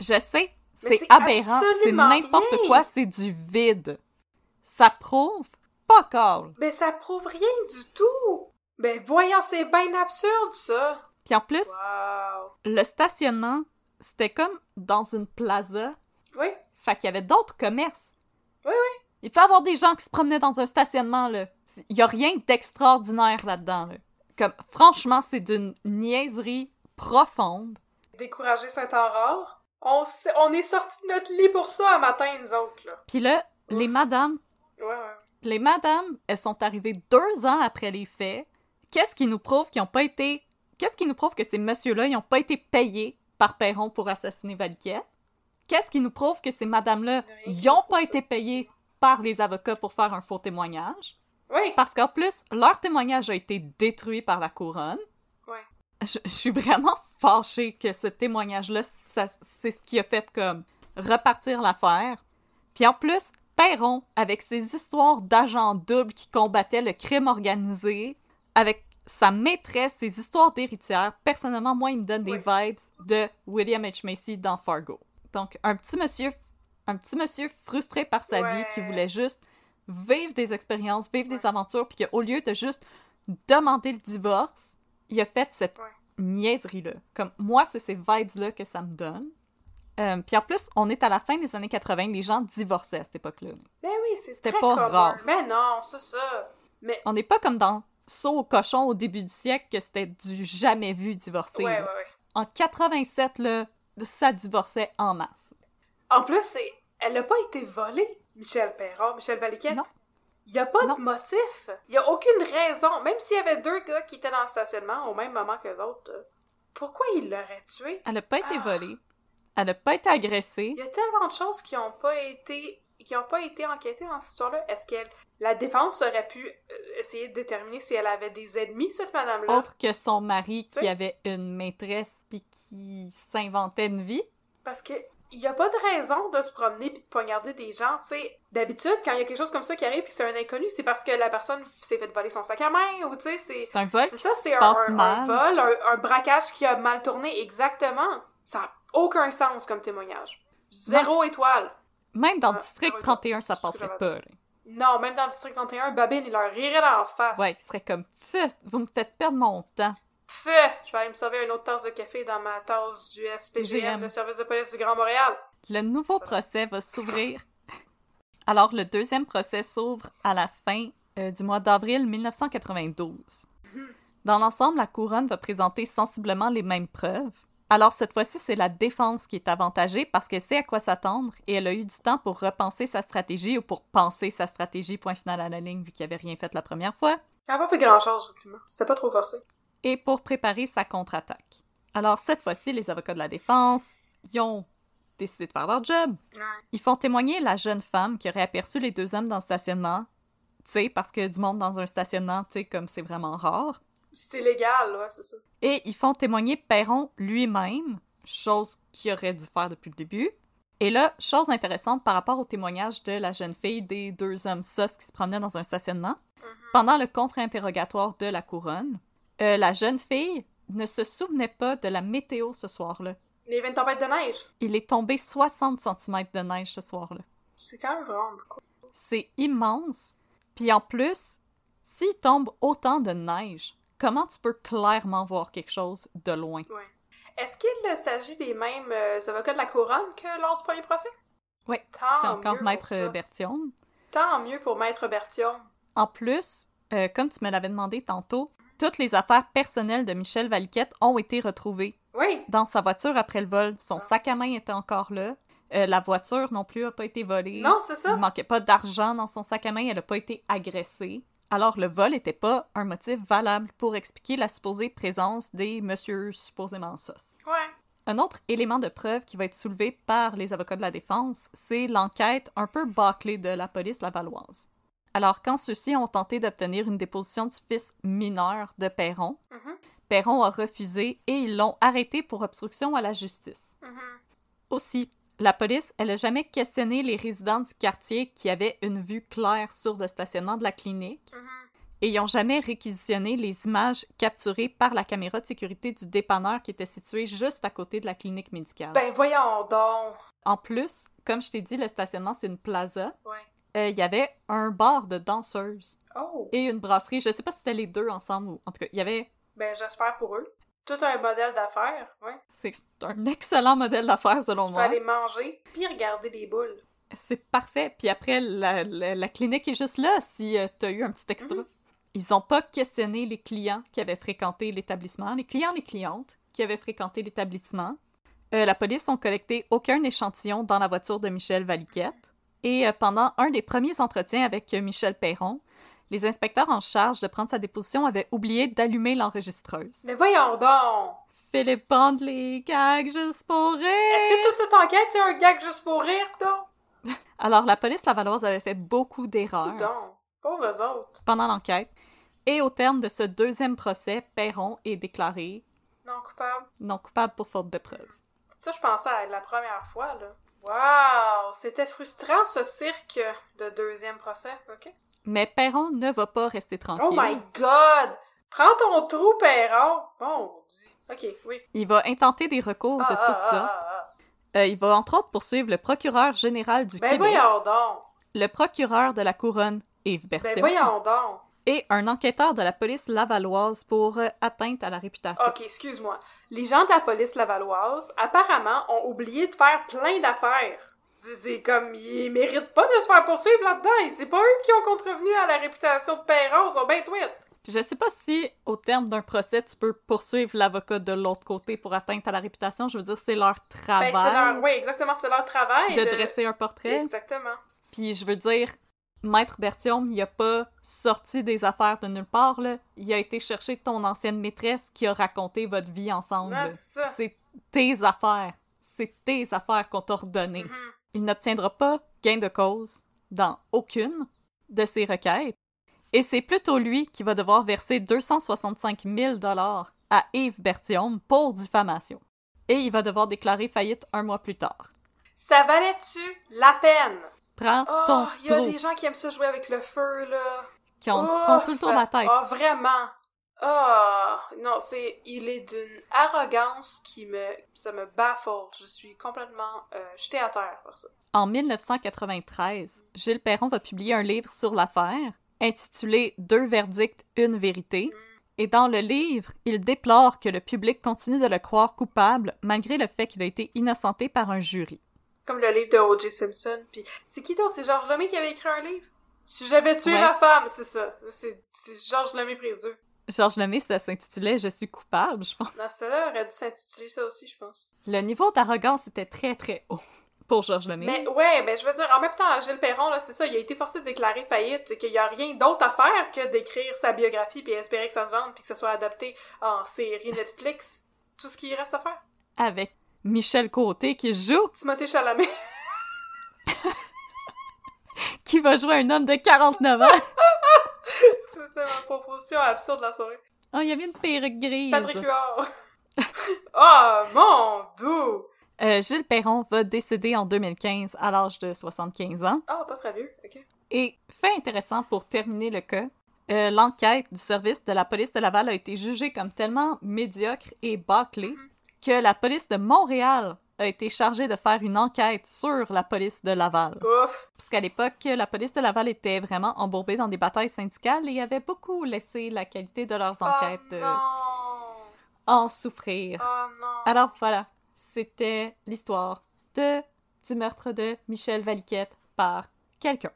Je sais, Mais c'est c'est aberrant, c'est absolument n'importe rien. quoi, c'est du vide. Ça prouve pas all. Ben ça prouve rien du tout! Ben voyons, c'est bien absurde, ça! Puis en plus, Wow! le stationnement, c'était comme dans une plaza, Oui, fait qu'il y avait d'autres commerces. oui, oui. Il peut y avoir des gens qui se promenaient dans un stationnement, là. Il y a rien d'extraordinaire là-dedans, là. Comme, franchement, c'est d'une niaiserie profonde. Décourager Saint-Aurore. On, s- on est sortis de notre lit pour ça à matin, nous autres, là. Puis là, les madames Ouais, ouais. Les madames, elles sont arrivées deux ans après les faits. Qu'est-ce qui nous prouve qu'ils n'ont pas été. Qu'est-ce qui nous prouve que ces messieurs-là, ils n'ont pas été payés par Perron pour assassiner Valiquette? Qu'est-ce qui nous prouve que ces madames-là, ils n'ont pas été payés par les avocats pour faire un faux témoignage? Oui! Parce qu'en plus, leur témoignage a été détruit par la couronne. Ouais. Je, je suis vraiment fâchée que ce témoignage-là, ça- c'est ce qui a fait comme repartir l'affaire. Puis en plus, Perron, avec ses histoires d'agents doubles qui combattaient le crime organisé, avec sa maîtresse, ses histoires d'héritière, personnellement, moi, il me donne des vibes de William H. Macy dans Fargo. Donc, un petit monsieur, un petit monsieur frustré par sa vie qui voulait juste vivre des expériences, vivre des aventures, puis qu'au lieu de juste demander le divorce, il a fait cette niaiserie-là. Comme moi, c'est ces vibes-là que ça me donne. Euh, puis en plus, on est à la fin des années 80, les gens divorçaient à cette époque-là. Ben oui, c'est C'était très pas commun. rare. Mais non, c'est ça. Mais On n'est pas comme dans saut au cochon au début du siècle que c'était du jamais vu divorcer. Ouais, ouais, là. ouais. En 87, là, ça divorçait en masse. En plus, c'est- elle n'a pas été volée, Michel Perron, Michel Valiquette. Non. Il n'y a pas Non. de motif. Il n'y a aucune raison. Même s'il y avait deux gars qui étaient dans le stationnement au même moment que l'autre, euh, pourquoi il l'aurait tué? Elle n'a pas Ah. été volée. Elle n'a pas été agressée. Il y a tellement de choses qui n'ont pas été qui ont pas été enquêtées dans cette histoire-là. Est-ce que la défense aurait pu euh, essayer de déterminer si elle avait des ennemis, cette madame-là? Autre que son mari Tu qui sais. avait une maîtresse puis qui s'inventait une vie. Parce que il n'y a pas de raison de se promener puis de poignarder des gens, tu sais. D'habitude, quand il y a quelque chose comme ça qui arrive puis que c'est un inconnu, c'est parce que la personne s'est fait voler son sac à main ou, tu sais, c'est... C'est un vol C'est qui ça, se c'est un, passe un- un mal. vol, un, un braquage qui a mal tourné, exactement. Ça n'a aucun sens comme témoignage. Zéro étoile. Même dans Ah, District ouais, 31, ça c'est ce que passerait j'avais pas. là. Non, même dans le District 31, Babine, il leur rirait dans la face. Ouais, il serait comme Feu, vous me faites perdre mon temps. Feu! Je vais aller me servir une autre tasse de café dans ma tasse du SPGM, GM. le service de police du Grand Montréal. Le nouveau procès va s'ouvrir. Alors, le deuxième procès s'ouvre à la fin euh, du mois d'avril 1992. Dans l'ensemble, la couronne va présenter sensiblement les mêmes preuves. Alors, cette fois-ci, c'est la défense qui est avantagée parce qu'elle sait à quoi s'attendre et elle a eu du temps pour repenser sa stratégie ou pour penser sa stratégie, point final à la ligne, vu qu'il avait rien fait la première fois. Elle n'a pas fait grand-chose, effectivement. C'était pas trop forcé. et pour préparer sa contre-attaque. Alors, cette fois-ci, les avocats de la défense, ils ont décidé de faire leur job. Ils font témoigner la jeune femme qui aurait aperçu les deux hommes dans le stationnement. Tu sais, parce que du monde dans un stationnement, tu sais, comme c'est vraiment rare. C'est illégal, ouais, c'est ça. Et ils font témoigner Perron lui-même, chose qu'il aurait dû faire depuis le début. Et là, chose intéressante par rapport au témoignage de la jeune fille des deux hommes sos qui se promenaient dans un stationnement, pendant le contre-interrogatoire de la couronne, euh, la jeune fille ne se souvenait pas de la météo ce soir-là. Il y avait une tempête de neige. Il est tombé 60 cm de neige ce soir-là. C'est quand même vraiment beaucoup. C'est immense. Puis en plus, s'il tombe autant de neige, comment tu peux clairement voir quelque chose de loin? Ouais. Est-ce qu'il euh, s'agit des mêmes euh, avocats de la couronne que lors du premier procès? Oui, Tant c'est mieux pour encore ça. Maître Bertillon. Tant mieux pour Maître Bertillon. En plus, euh, comme tu me l'avais demandé tantôt, toutes les affaires personnelles de Michel Valiquette ont été retrouvées Oui, dans sa voiture après le vol. Ah. Son sac à main était encore là. Euh, la voiture non plus n'a pas été volée. Non, c'est ça. Il manquait pas d'argent dans son sac à main. Elle n'a pas été agressée. Alors, le vol n'était pas un motif valable pour expliquer la supposée présence des messieurs supposément sauce. ouais. Un autre élément de preuve qui va être soulevé par les avocats de la défense, c'est l'enquête un peu bâclée de la police lavalloise. Alors, quand ceux-ci ont tenté d'obtenir une déposition du fils mineur de Perron, Perron a refusé et ils l'ont arrêté pour obstruction à la justice. Aussi, la police, elle n'a jamais questionné les résidents du quartier qui avaient une vue claire sur le stationnement de la clinique et ils n'ont jamais réquisitionné les images capturées par la caméra de sécurité du dépanneur qui était situé juste à côté de la clinique médicale. Ben voyons donc. En plus, comme je t'ai dit, le stationnement, c'est une plaza. Ouais. Euh, Il y avait un bar de danseuses Oh. et une brasserie. Je sais pas si c'était les deux ensemble ou en tout cas, il y avait. Ben j'espère pour eux. Tout un modèle d'affaires, ouais. C'est un excellent modèle d'affaires selon Tu peux moi. aller manger, puis regarder des boules. C'est parfait. Puis après, la, la- la clinique est juste là si tu t'as eu un petit extra. Mhm. Ils ont pas questionné les clients qui avaient fréquenté l'établissement, les clients, les clientes qui avaient fréquenté l'établissement. Euh, la police n'a collecté aucun échantillon dans la voiture de Michel Valiquette. Et euh, pendant un des premiers entretiens avec euh, Michel Perron, les inspecteurs en charge de prendre sa déposition avaient oublié d'allumer l'enregistreuse. Mais voyons donc. Philippe Bande, les gags juste pour rire! Est-ce que toute cette enquête, c'est un gag juste pour rire, donc? Alors, la police lavalloise avait fait beaucoup d'erreurs. Donc, pauvres autres. pendant l'enquête. Et au terme de ce deuxième procès, Perron est déclaré Non coupable. non coupable pour faute de preuves. Ça, je pensais à la première fois, là. Wow! C'était frustrant, ce cirque de deuxième procès, OK? Mais Perron ne va pas rester tranquille. Oh my God! Prends ton trou, Perron! Bon, Dieu. OK, oui. Il va intenter des recours de Ah, tout ah, ah, ça. ah, ah. Euh, il va entre autres poursuivre le procureur général du Ben Québec, voyons donc! le procureur de la couronne, Yves Ben Bertillon, voyons donc! et un enquêteur de la police lavalloise pour euh, atteinte à la réputation. OK, excuse-moi. Les gens de la police lavalloise, apparemment, ont oublié de faire plein d'affaires. C'est- C'est comme, ils méritent pas de se faire poursuivre là-dedans. Et C'est pas eux qui ont contrevenu à la réputation de Perron, ils sont bien tweets. Puis je sais pas si, au terme d'un procès, tu peux poursuivre l'avocat de l'autre côté pour atteindre à la réputation. Je veux dire, c'est leur Ben, travail c'est leur... Oui, exactement, c'est leur travail. de dresser un portrait. Exactement. Puis je veux dire, Maître Bertium, il a pas sorti des affaires de nulle part, là. Il a été chercher ton ancienne maîtresse qui a raconté votre vie ensemble. Non, c'est ça. C'est tes affaires. C'est tes affaires qu'on t'a ordonnées. Mm-hmm. Il n'obtiendra pas gain de cause dans aucune de ses requêtes. Et c'est plutôt lui qui va devoir verser 265 000 à Yves Bertium pour diffamation. Et il va devoir déclarer faillite un mois plus tard. Ça valait-tu la peine? Prends Ah, ton Oh, il y a trou. des gens qui aiment ça jouer avec le feu, là. qui ont tu prends tout le tour de la tête. Oh, vraiment. Ah, non, c'est. Il est d'une arrogance qui me. Ça me baffle. Je suis complètement euh, jetée à terre par ça. En 1993, Gilles Perron va publier un livre sur l'affaire intitulé Deux verdicts, une vérité. Et dans le livre, il déplore que le public continue de le croire coupable malgré le fait qu'il a été innocenté par un jury. Comme le livre de O.J. Simpson. Puis, c'est qui donc? C'est Georges Lemay qui avait écrit un livre? Si j'avais tué Ouais. la femme, c'est ça. C'est c'est Georges Lemay prise 2. Georges Lemay, ça s'intitulait Je suis coupable, je pense. Non, Ah, celle-là aurait dû s'intituler ça aussi, je pense. Le niveau d'arrogance était très très haut pour Georges Lemay. Mais ouais, mais je veux dire, en même temps, Gilles Perron, là, c'est ça, il a été forcé de déclarer faillite, qu'il n'y a rien d'autre à faire que d'écrire sa biographie puis espérer que ça se vende puis que ça soit adapté en série Netflix. Tout ce qu'il reste à faire. Avec Michel Côté qui joue, Timothée Chalamet. qui va jouer un homme de 49 ans. c'est ça, ma proposition absurde de la soirée. Oh, il y avait une perruque grise. Patrick Huard. oh mon dieu! Euh, Gilles Perron va décéder en 2015 à l'âge de 75 ans. Ah, pas très vieux, ok. Et fait intéressant pour terminer le cas, euh, l'enquête du service de la police de Laval a été jugée comme tellement médiocre et bâclée Mm-hmm. que la police de Montréal a été chargée de faire une enquête sur la police de Laval. Ouf! Parce qu'à l'époque, la police de Laval était vraiment embourbée dans des batailles syndicales et avait beaucoup laissé la qualité de leurs enquêtes Oh euh, non! en souffrir. Oh non! Alors voilà, c'était l'histoire de du meurtre de Michel Valiquette par quelqu'un.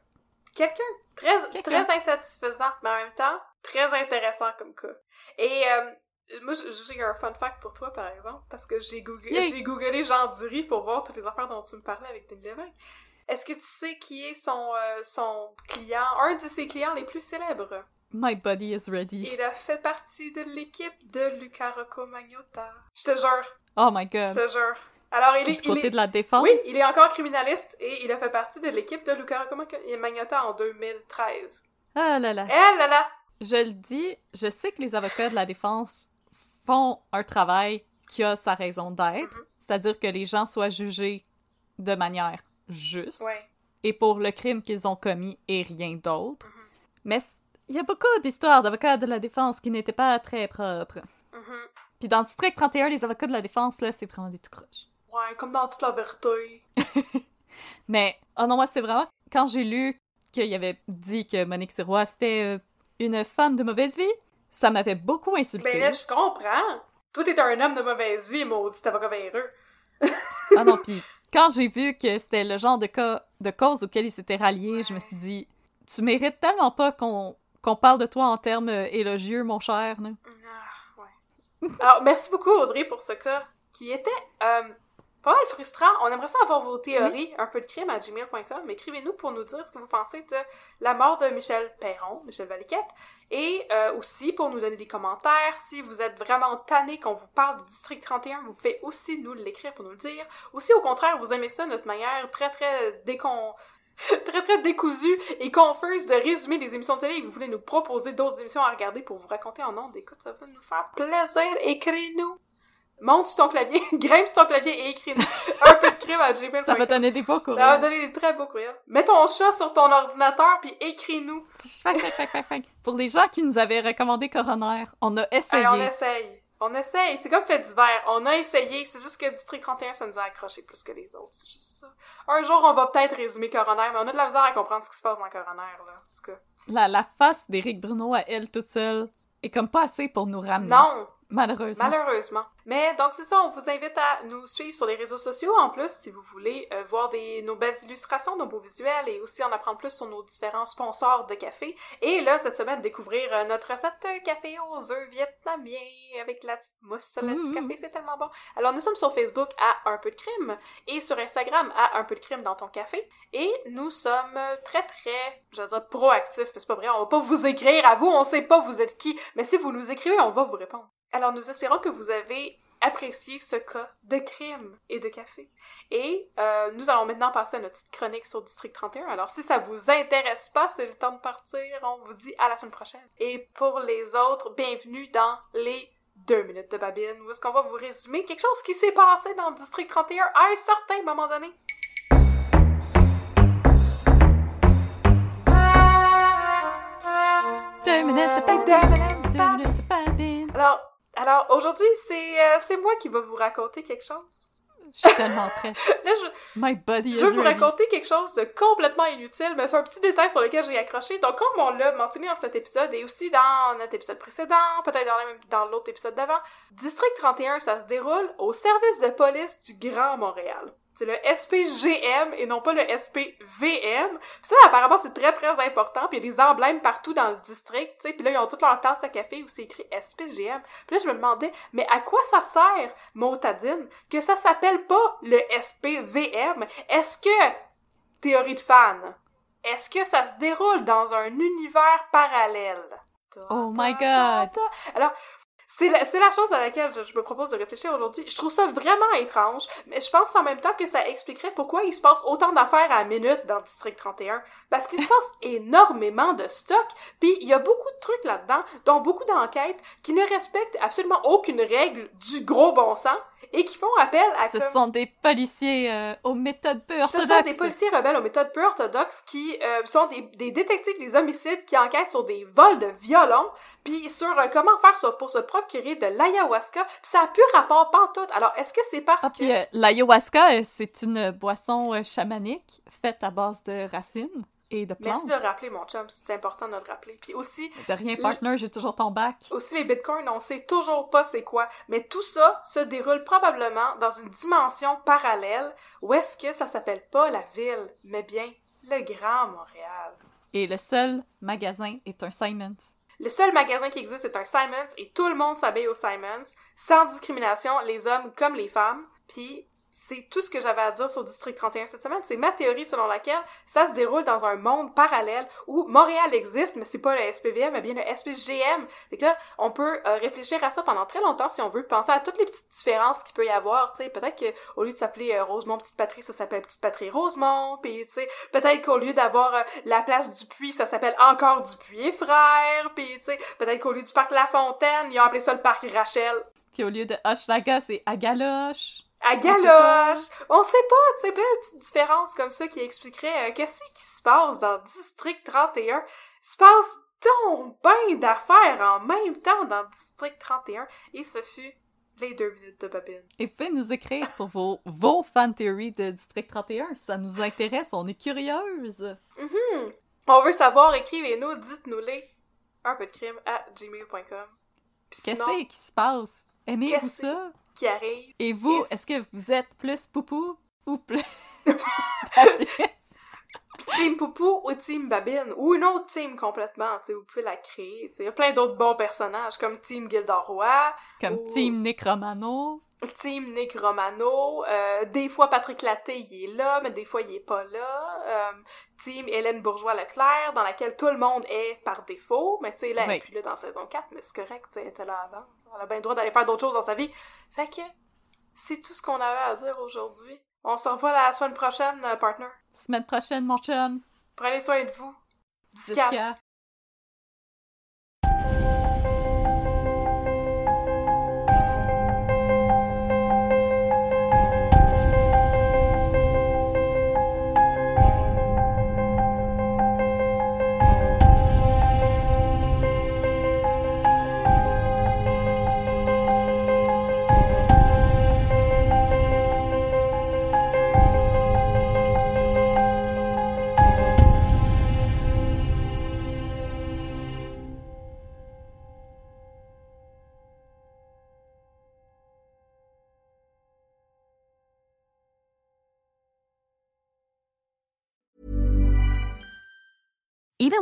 quelqu'un très Quelqu'un. très insatisfaisant mais en même temps très intéressant comme cas et euh, moi j- j'ai un fun fact pour toi par exemple parce que j'ai googlé Yay. j'ai googlé Jean Dury pour voir toutes les affaires dont tu me parlais avec Denis Lévesque est-ce que tu sais qui est son euh, son client un de ses clients les plus célèbres My body is ready. il a fait partie de l'équipe de Luca Rocco Magnotta je te jure Oh my je god. te jure alors il est Du il côté est- de la défense. oui, il est encore criminaliste et il a fait partie de l'équipe de Luca Rocco Magnotta en 2013. Ah là là. Eh là là! Je le dis, je sais que les avocats de la défense font un travail qui a sa raison Mm-hmm. d'être, c'est-à-dire que les gens soient jugés de manière juste Ouais. et pour le crime qu'ils ont commis et rien d'autre. Mm-hmm. Mais il y a beaucoup d'histoires d'avocats de la défense qui n'étaient pas très propres. Mm-hmm. Puis dans le district 31, les avocats de la défense, là, c'est vraiment des tout croches. Ouais, comme dans toute la liberté. Mais, oh non, moi, c'est vraiment quand j'ai lu qu'il avait dit que Monique Sirois, c'était euh, une femme de mauvaise vie, ça m'avait beaucoup insulté. Ben là, je comprends. Toi, t'es un homme de mauvaise vie, maudit avocat véreux. ah non, puis quand j'ai vu que c'était le genre de cas, de cause auquel il s'était rallié, je me suis dit, tu mérites tellement pas qu'on qu'on parle de toi en termes euh, élogieux, mon cher. là. Ah, ouais. Alors, merci beaucoup, Audrey, pour ce cas qui était euh, pas mal frustrant. On aimerait ça avoir vos théories, un peu de crime à gmail.com. Écrivez-nous pour nous dire ce que vous pensez de la mort de Michel Perron, Michel Valiquette, et euh, aussi pour nous donner des commentaires. Si vous êtes vraiment tanné qu'on vous parle du District 31, vous pouvez aussi nous l'écrire pour nous le dire. Ou si, au contraire, vous aimez ça, notre manière très, très décon très très décousu et confuse de résumer des émissions de télé et que vous voulez nous proposer d'autres émissions à regarder pour vous raconter en ondes, écoute, ça va nous faire plaisir, écris-nous! Monte sur ton clavier, grimpe sur ton clavier et écris-nous un peu de crime à gmail.com. Ça va donner des beaux Ça va courriels. donner des très beaux courriels. Mets ton chat sur ton ordinateur puis écris-nous. Fac, fac, fac, fac, fac. Pour les gens qui nous avaient recommandé Coroner, on a essayé. Hey, on essaye. On essaye. C'est comme fait d'hiver. On a essayé. C'est juste que District 31, ça nous a accroché plus que les autres. C'est juste ça. Un jour, on va peut-être résumer Coroner, mais on a de la misère à comprendre ce qui se passe dans Coroner, là. En tout cas. La, la face d'Éric Bruno à elle toute seule est comme pas assez pour nous ramener. Non! Malheureusement. Malheureusement. Mais donc c'est ça, on vous invite à nous suivre sur les réseaux sociaux en plus si vous voulez euh, voir des, nos belles illustrations, nos beaux visuels et aussi en apprendre plus sur nos différents sponsors de café. Et là, cette semaine, découvrir euh, notre recette euh, café aux œufs vietnamiens avec la petite mousse, la petite café, c'est tellement bon. Alors nous sommes sur Facebook à Un peu de crime et sur Instagram à Un peu de crime dans ton café. Et nous sommes très très, je veux dire, proactifs, mais c'est pas vrai, on va pas vous écrire à vous, on sait pas vous êtes qui, mais si vous nous écrivez, on va vous répondre. Alors nous espérons que vous avez apprécié ce cas de crime et de café. Et euh, nous allons maintenant passer à notre petite chronique sur District 31. Alors si ça vous intéresse pas, c'est le temps de partir. On vous dit à la semaine prochaine. Et pour les autres, bienvenue dans les deux minutes de babine, où est-ce qu'on va vous résumer quelque chose qui s'est passé dans District 31 à un certain moment donné. Deux minutes Deux minutes de de Deux minutes de Padding. Alors, alors aujourd'hui, c'est euh, c'est moi qui vais vous raconter quelque chose. Je suis tellement prête. Là, je, My body is Je veux vous ready. raconter quelque chose de complètement inutile, mais c'est un petit détail sur lequel j'ai accroché. Donc, comme on l'a mentionné dans cet épisode et aussi dans notre épisode précédent, peut-être dans, la même- dans l'autre épisode d'avant, District 31, ça se déroule au service de police du Grand Montréal. C'est le SPGM et non pas le SPVM. Puis ça, apparemment, c'est très, très important. Puis il y a des emblèmes partout dans le district, tu sais. Puis là, ils ont toutes leur tasse à café où c'est écrit SPGM. Puis là, je me demandais, mais à quoi ça sert, Motadine, que ça s'appelle pas le SPVM? Est-ce que, théorie de fan, est-ce que ça se déroule dans un univers parallèle? Oh my God. Alors, c'est la, c'est la chose à laquelle je, je me propose de réfléchir aujourd'hui. Je trouve ça vraiment étrange, mais je pense en même temps que ça expliquerait pourquoi il se passe autant d'affaires à la minute dans District 31. Parce qu'il se passe énormément de stock, puis il y a beaucoup de trucs là-dedans, dont beaucoup d'enquêtes, qui ne respectent absolument aucune règle du gros bon sens et qui font appel à... Ce comme- sont des policiers euh, aux méthodes peu ce orthodoxes. sont des policiers rebelles aux méthodes peu orthodoxes qui euh, sont des, des détectives des homicides qui enquêtent sur des vols de violons, puis sur euh, comment faire ça pour se procurer de l'ayahuasca, puis ça a plus rapport pantoute. Alors, est-ce que c'est parce Ah, que... puis euh, l'ayahuasca, euh, c'est une boisson euh, chamanique faite à base de racines et de plantes. Merci de le rappeler, mon chum, c'est important de le rappeler. Puis aussi, De rien, partner, j'ai toujours ton bac. aussi les bitcoins, on sait toujours pas c'est quoi, mais tout ça se déroule probablement dans une dimension parallèle où est-ce que ça s'appelle pas la ville, mais bien le Grand Montréal. Et le seul magasin est un Simons. Le seul magasin qui existe est un Simons et tout le monde s'habille au Simons, sans discrimination, les hommes comme les femmes. Puis c'est tout ce que j'avais à dire sur District 31 cette semaine. C'est ma théorie selon laquelle ça se déroule dans un monde parallèle où Montréal existe, mais c'est pas le SPVM, mais bien le SPGM. Fait que là, on peut euh, réfléchir à ça pendant très longtemps si on veut, penser à toutes les petites différences qu'il peut y avoir. Tu sais, peut-être qu'au lieu de s'appeler euh, Rosemont Petite Patrie, ça s'appelle Petite Patrie Rosemont. Puis tu sais, peut-être qu'au lieu d'avoir euh, la place du puits, ça s'appelle encore du puits et frères. Puis tu sais, peut-être qu'au lieu du parc La Fontaine, ils ont appelé ça le parc Rachel. Puis au lieu de Hochelaga, c'est Agaloche. À galoche! On sait pas, tu sais, plein de petites différences comme ça qui expliqueraient euh, qu'est-ce qui se passe dans District 31. Il se passe donc ben d'affaires en même temps dans District 31. Et ce fut les deux minutes de babine. Et faites nous écrire pour vos, vos fan theories de District 31. Ça nous intéresse, on est curieuse. Mm-hmm. On veut savoir, écrivez-nous, dites-nous-les. Un peu de crime à gmail.com. Puis sinon, Qu'est-ce qui se passe? Aimez-vous Qu'est-ce ça? qui arrive? Et vous, Et- est-ce que vous êtes plus poupou ou plus... Team Poupou ou Team Babine, ou une autre team complètement, tu sais, vous pouvez la créer. tu sais. Il y a plein d'autres bons personnages, comme Team Gilderoy, Comme ou Team Necromano? Team Nick Romano, euh, des fois Patrick Latté, il est là, mais des fois il est pas là, euh, Team Hélène Bourgeois-Leclerc, dans laquelle tout le monde est par défaut, mais tu sais, là, elle est Oui. plus là dans saison 4, mais c'est correct, tu sais, elle était là avant, tu sais, elle a bien le droit d'aller faire d'autres choses dans sa vie. Fait que, c'est tout ce qu'on avait à dire aujourd'hui. On se revoit la semaine prochaine, euh, partner. Semaine prochaine, mon chum. Prenez soin de vous. Discap. Jusqu'à... even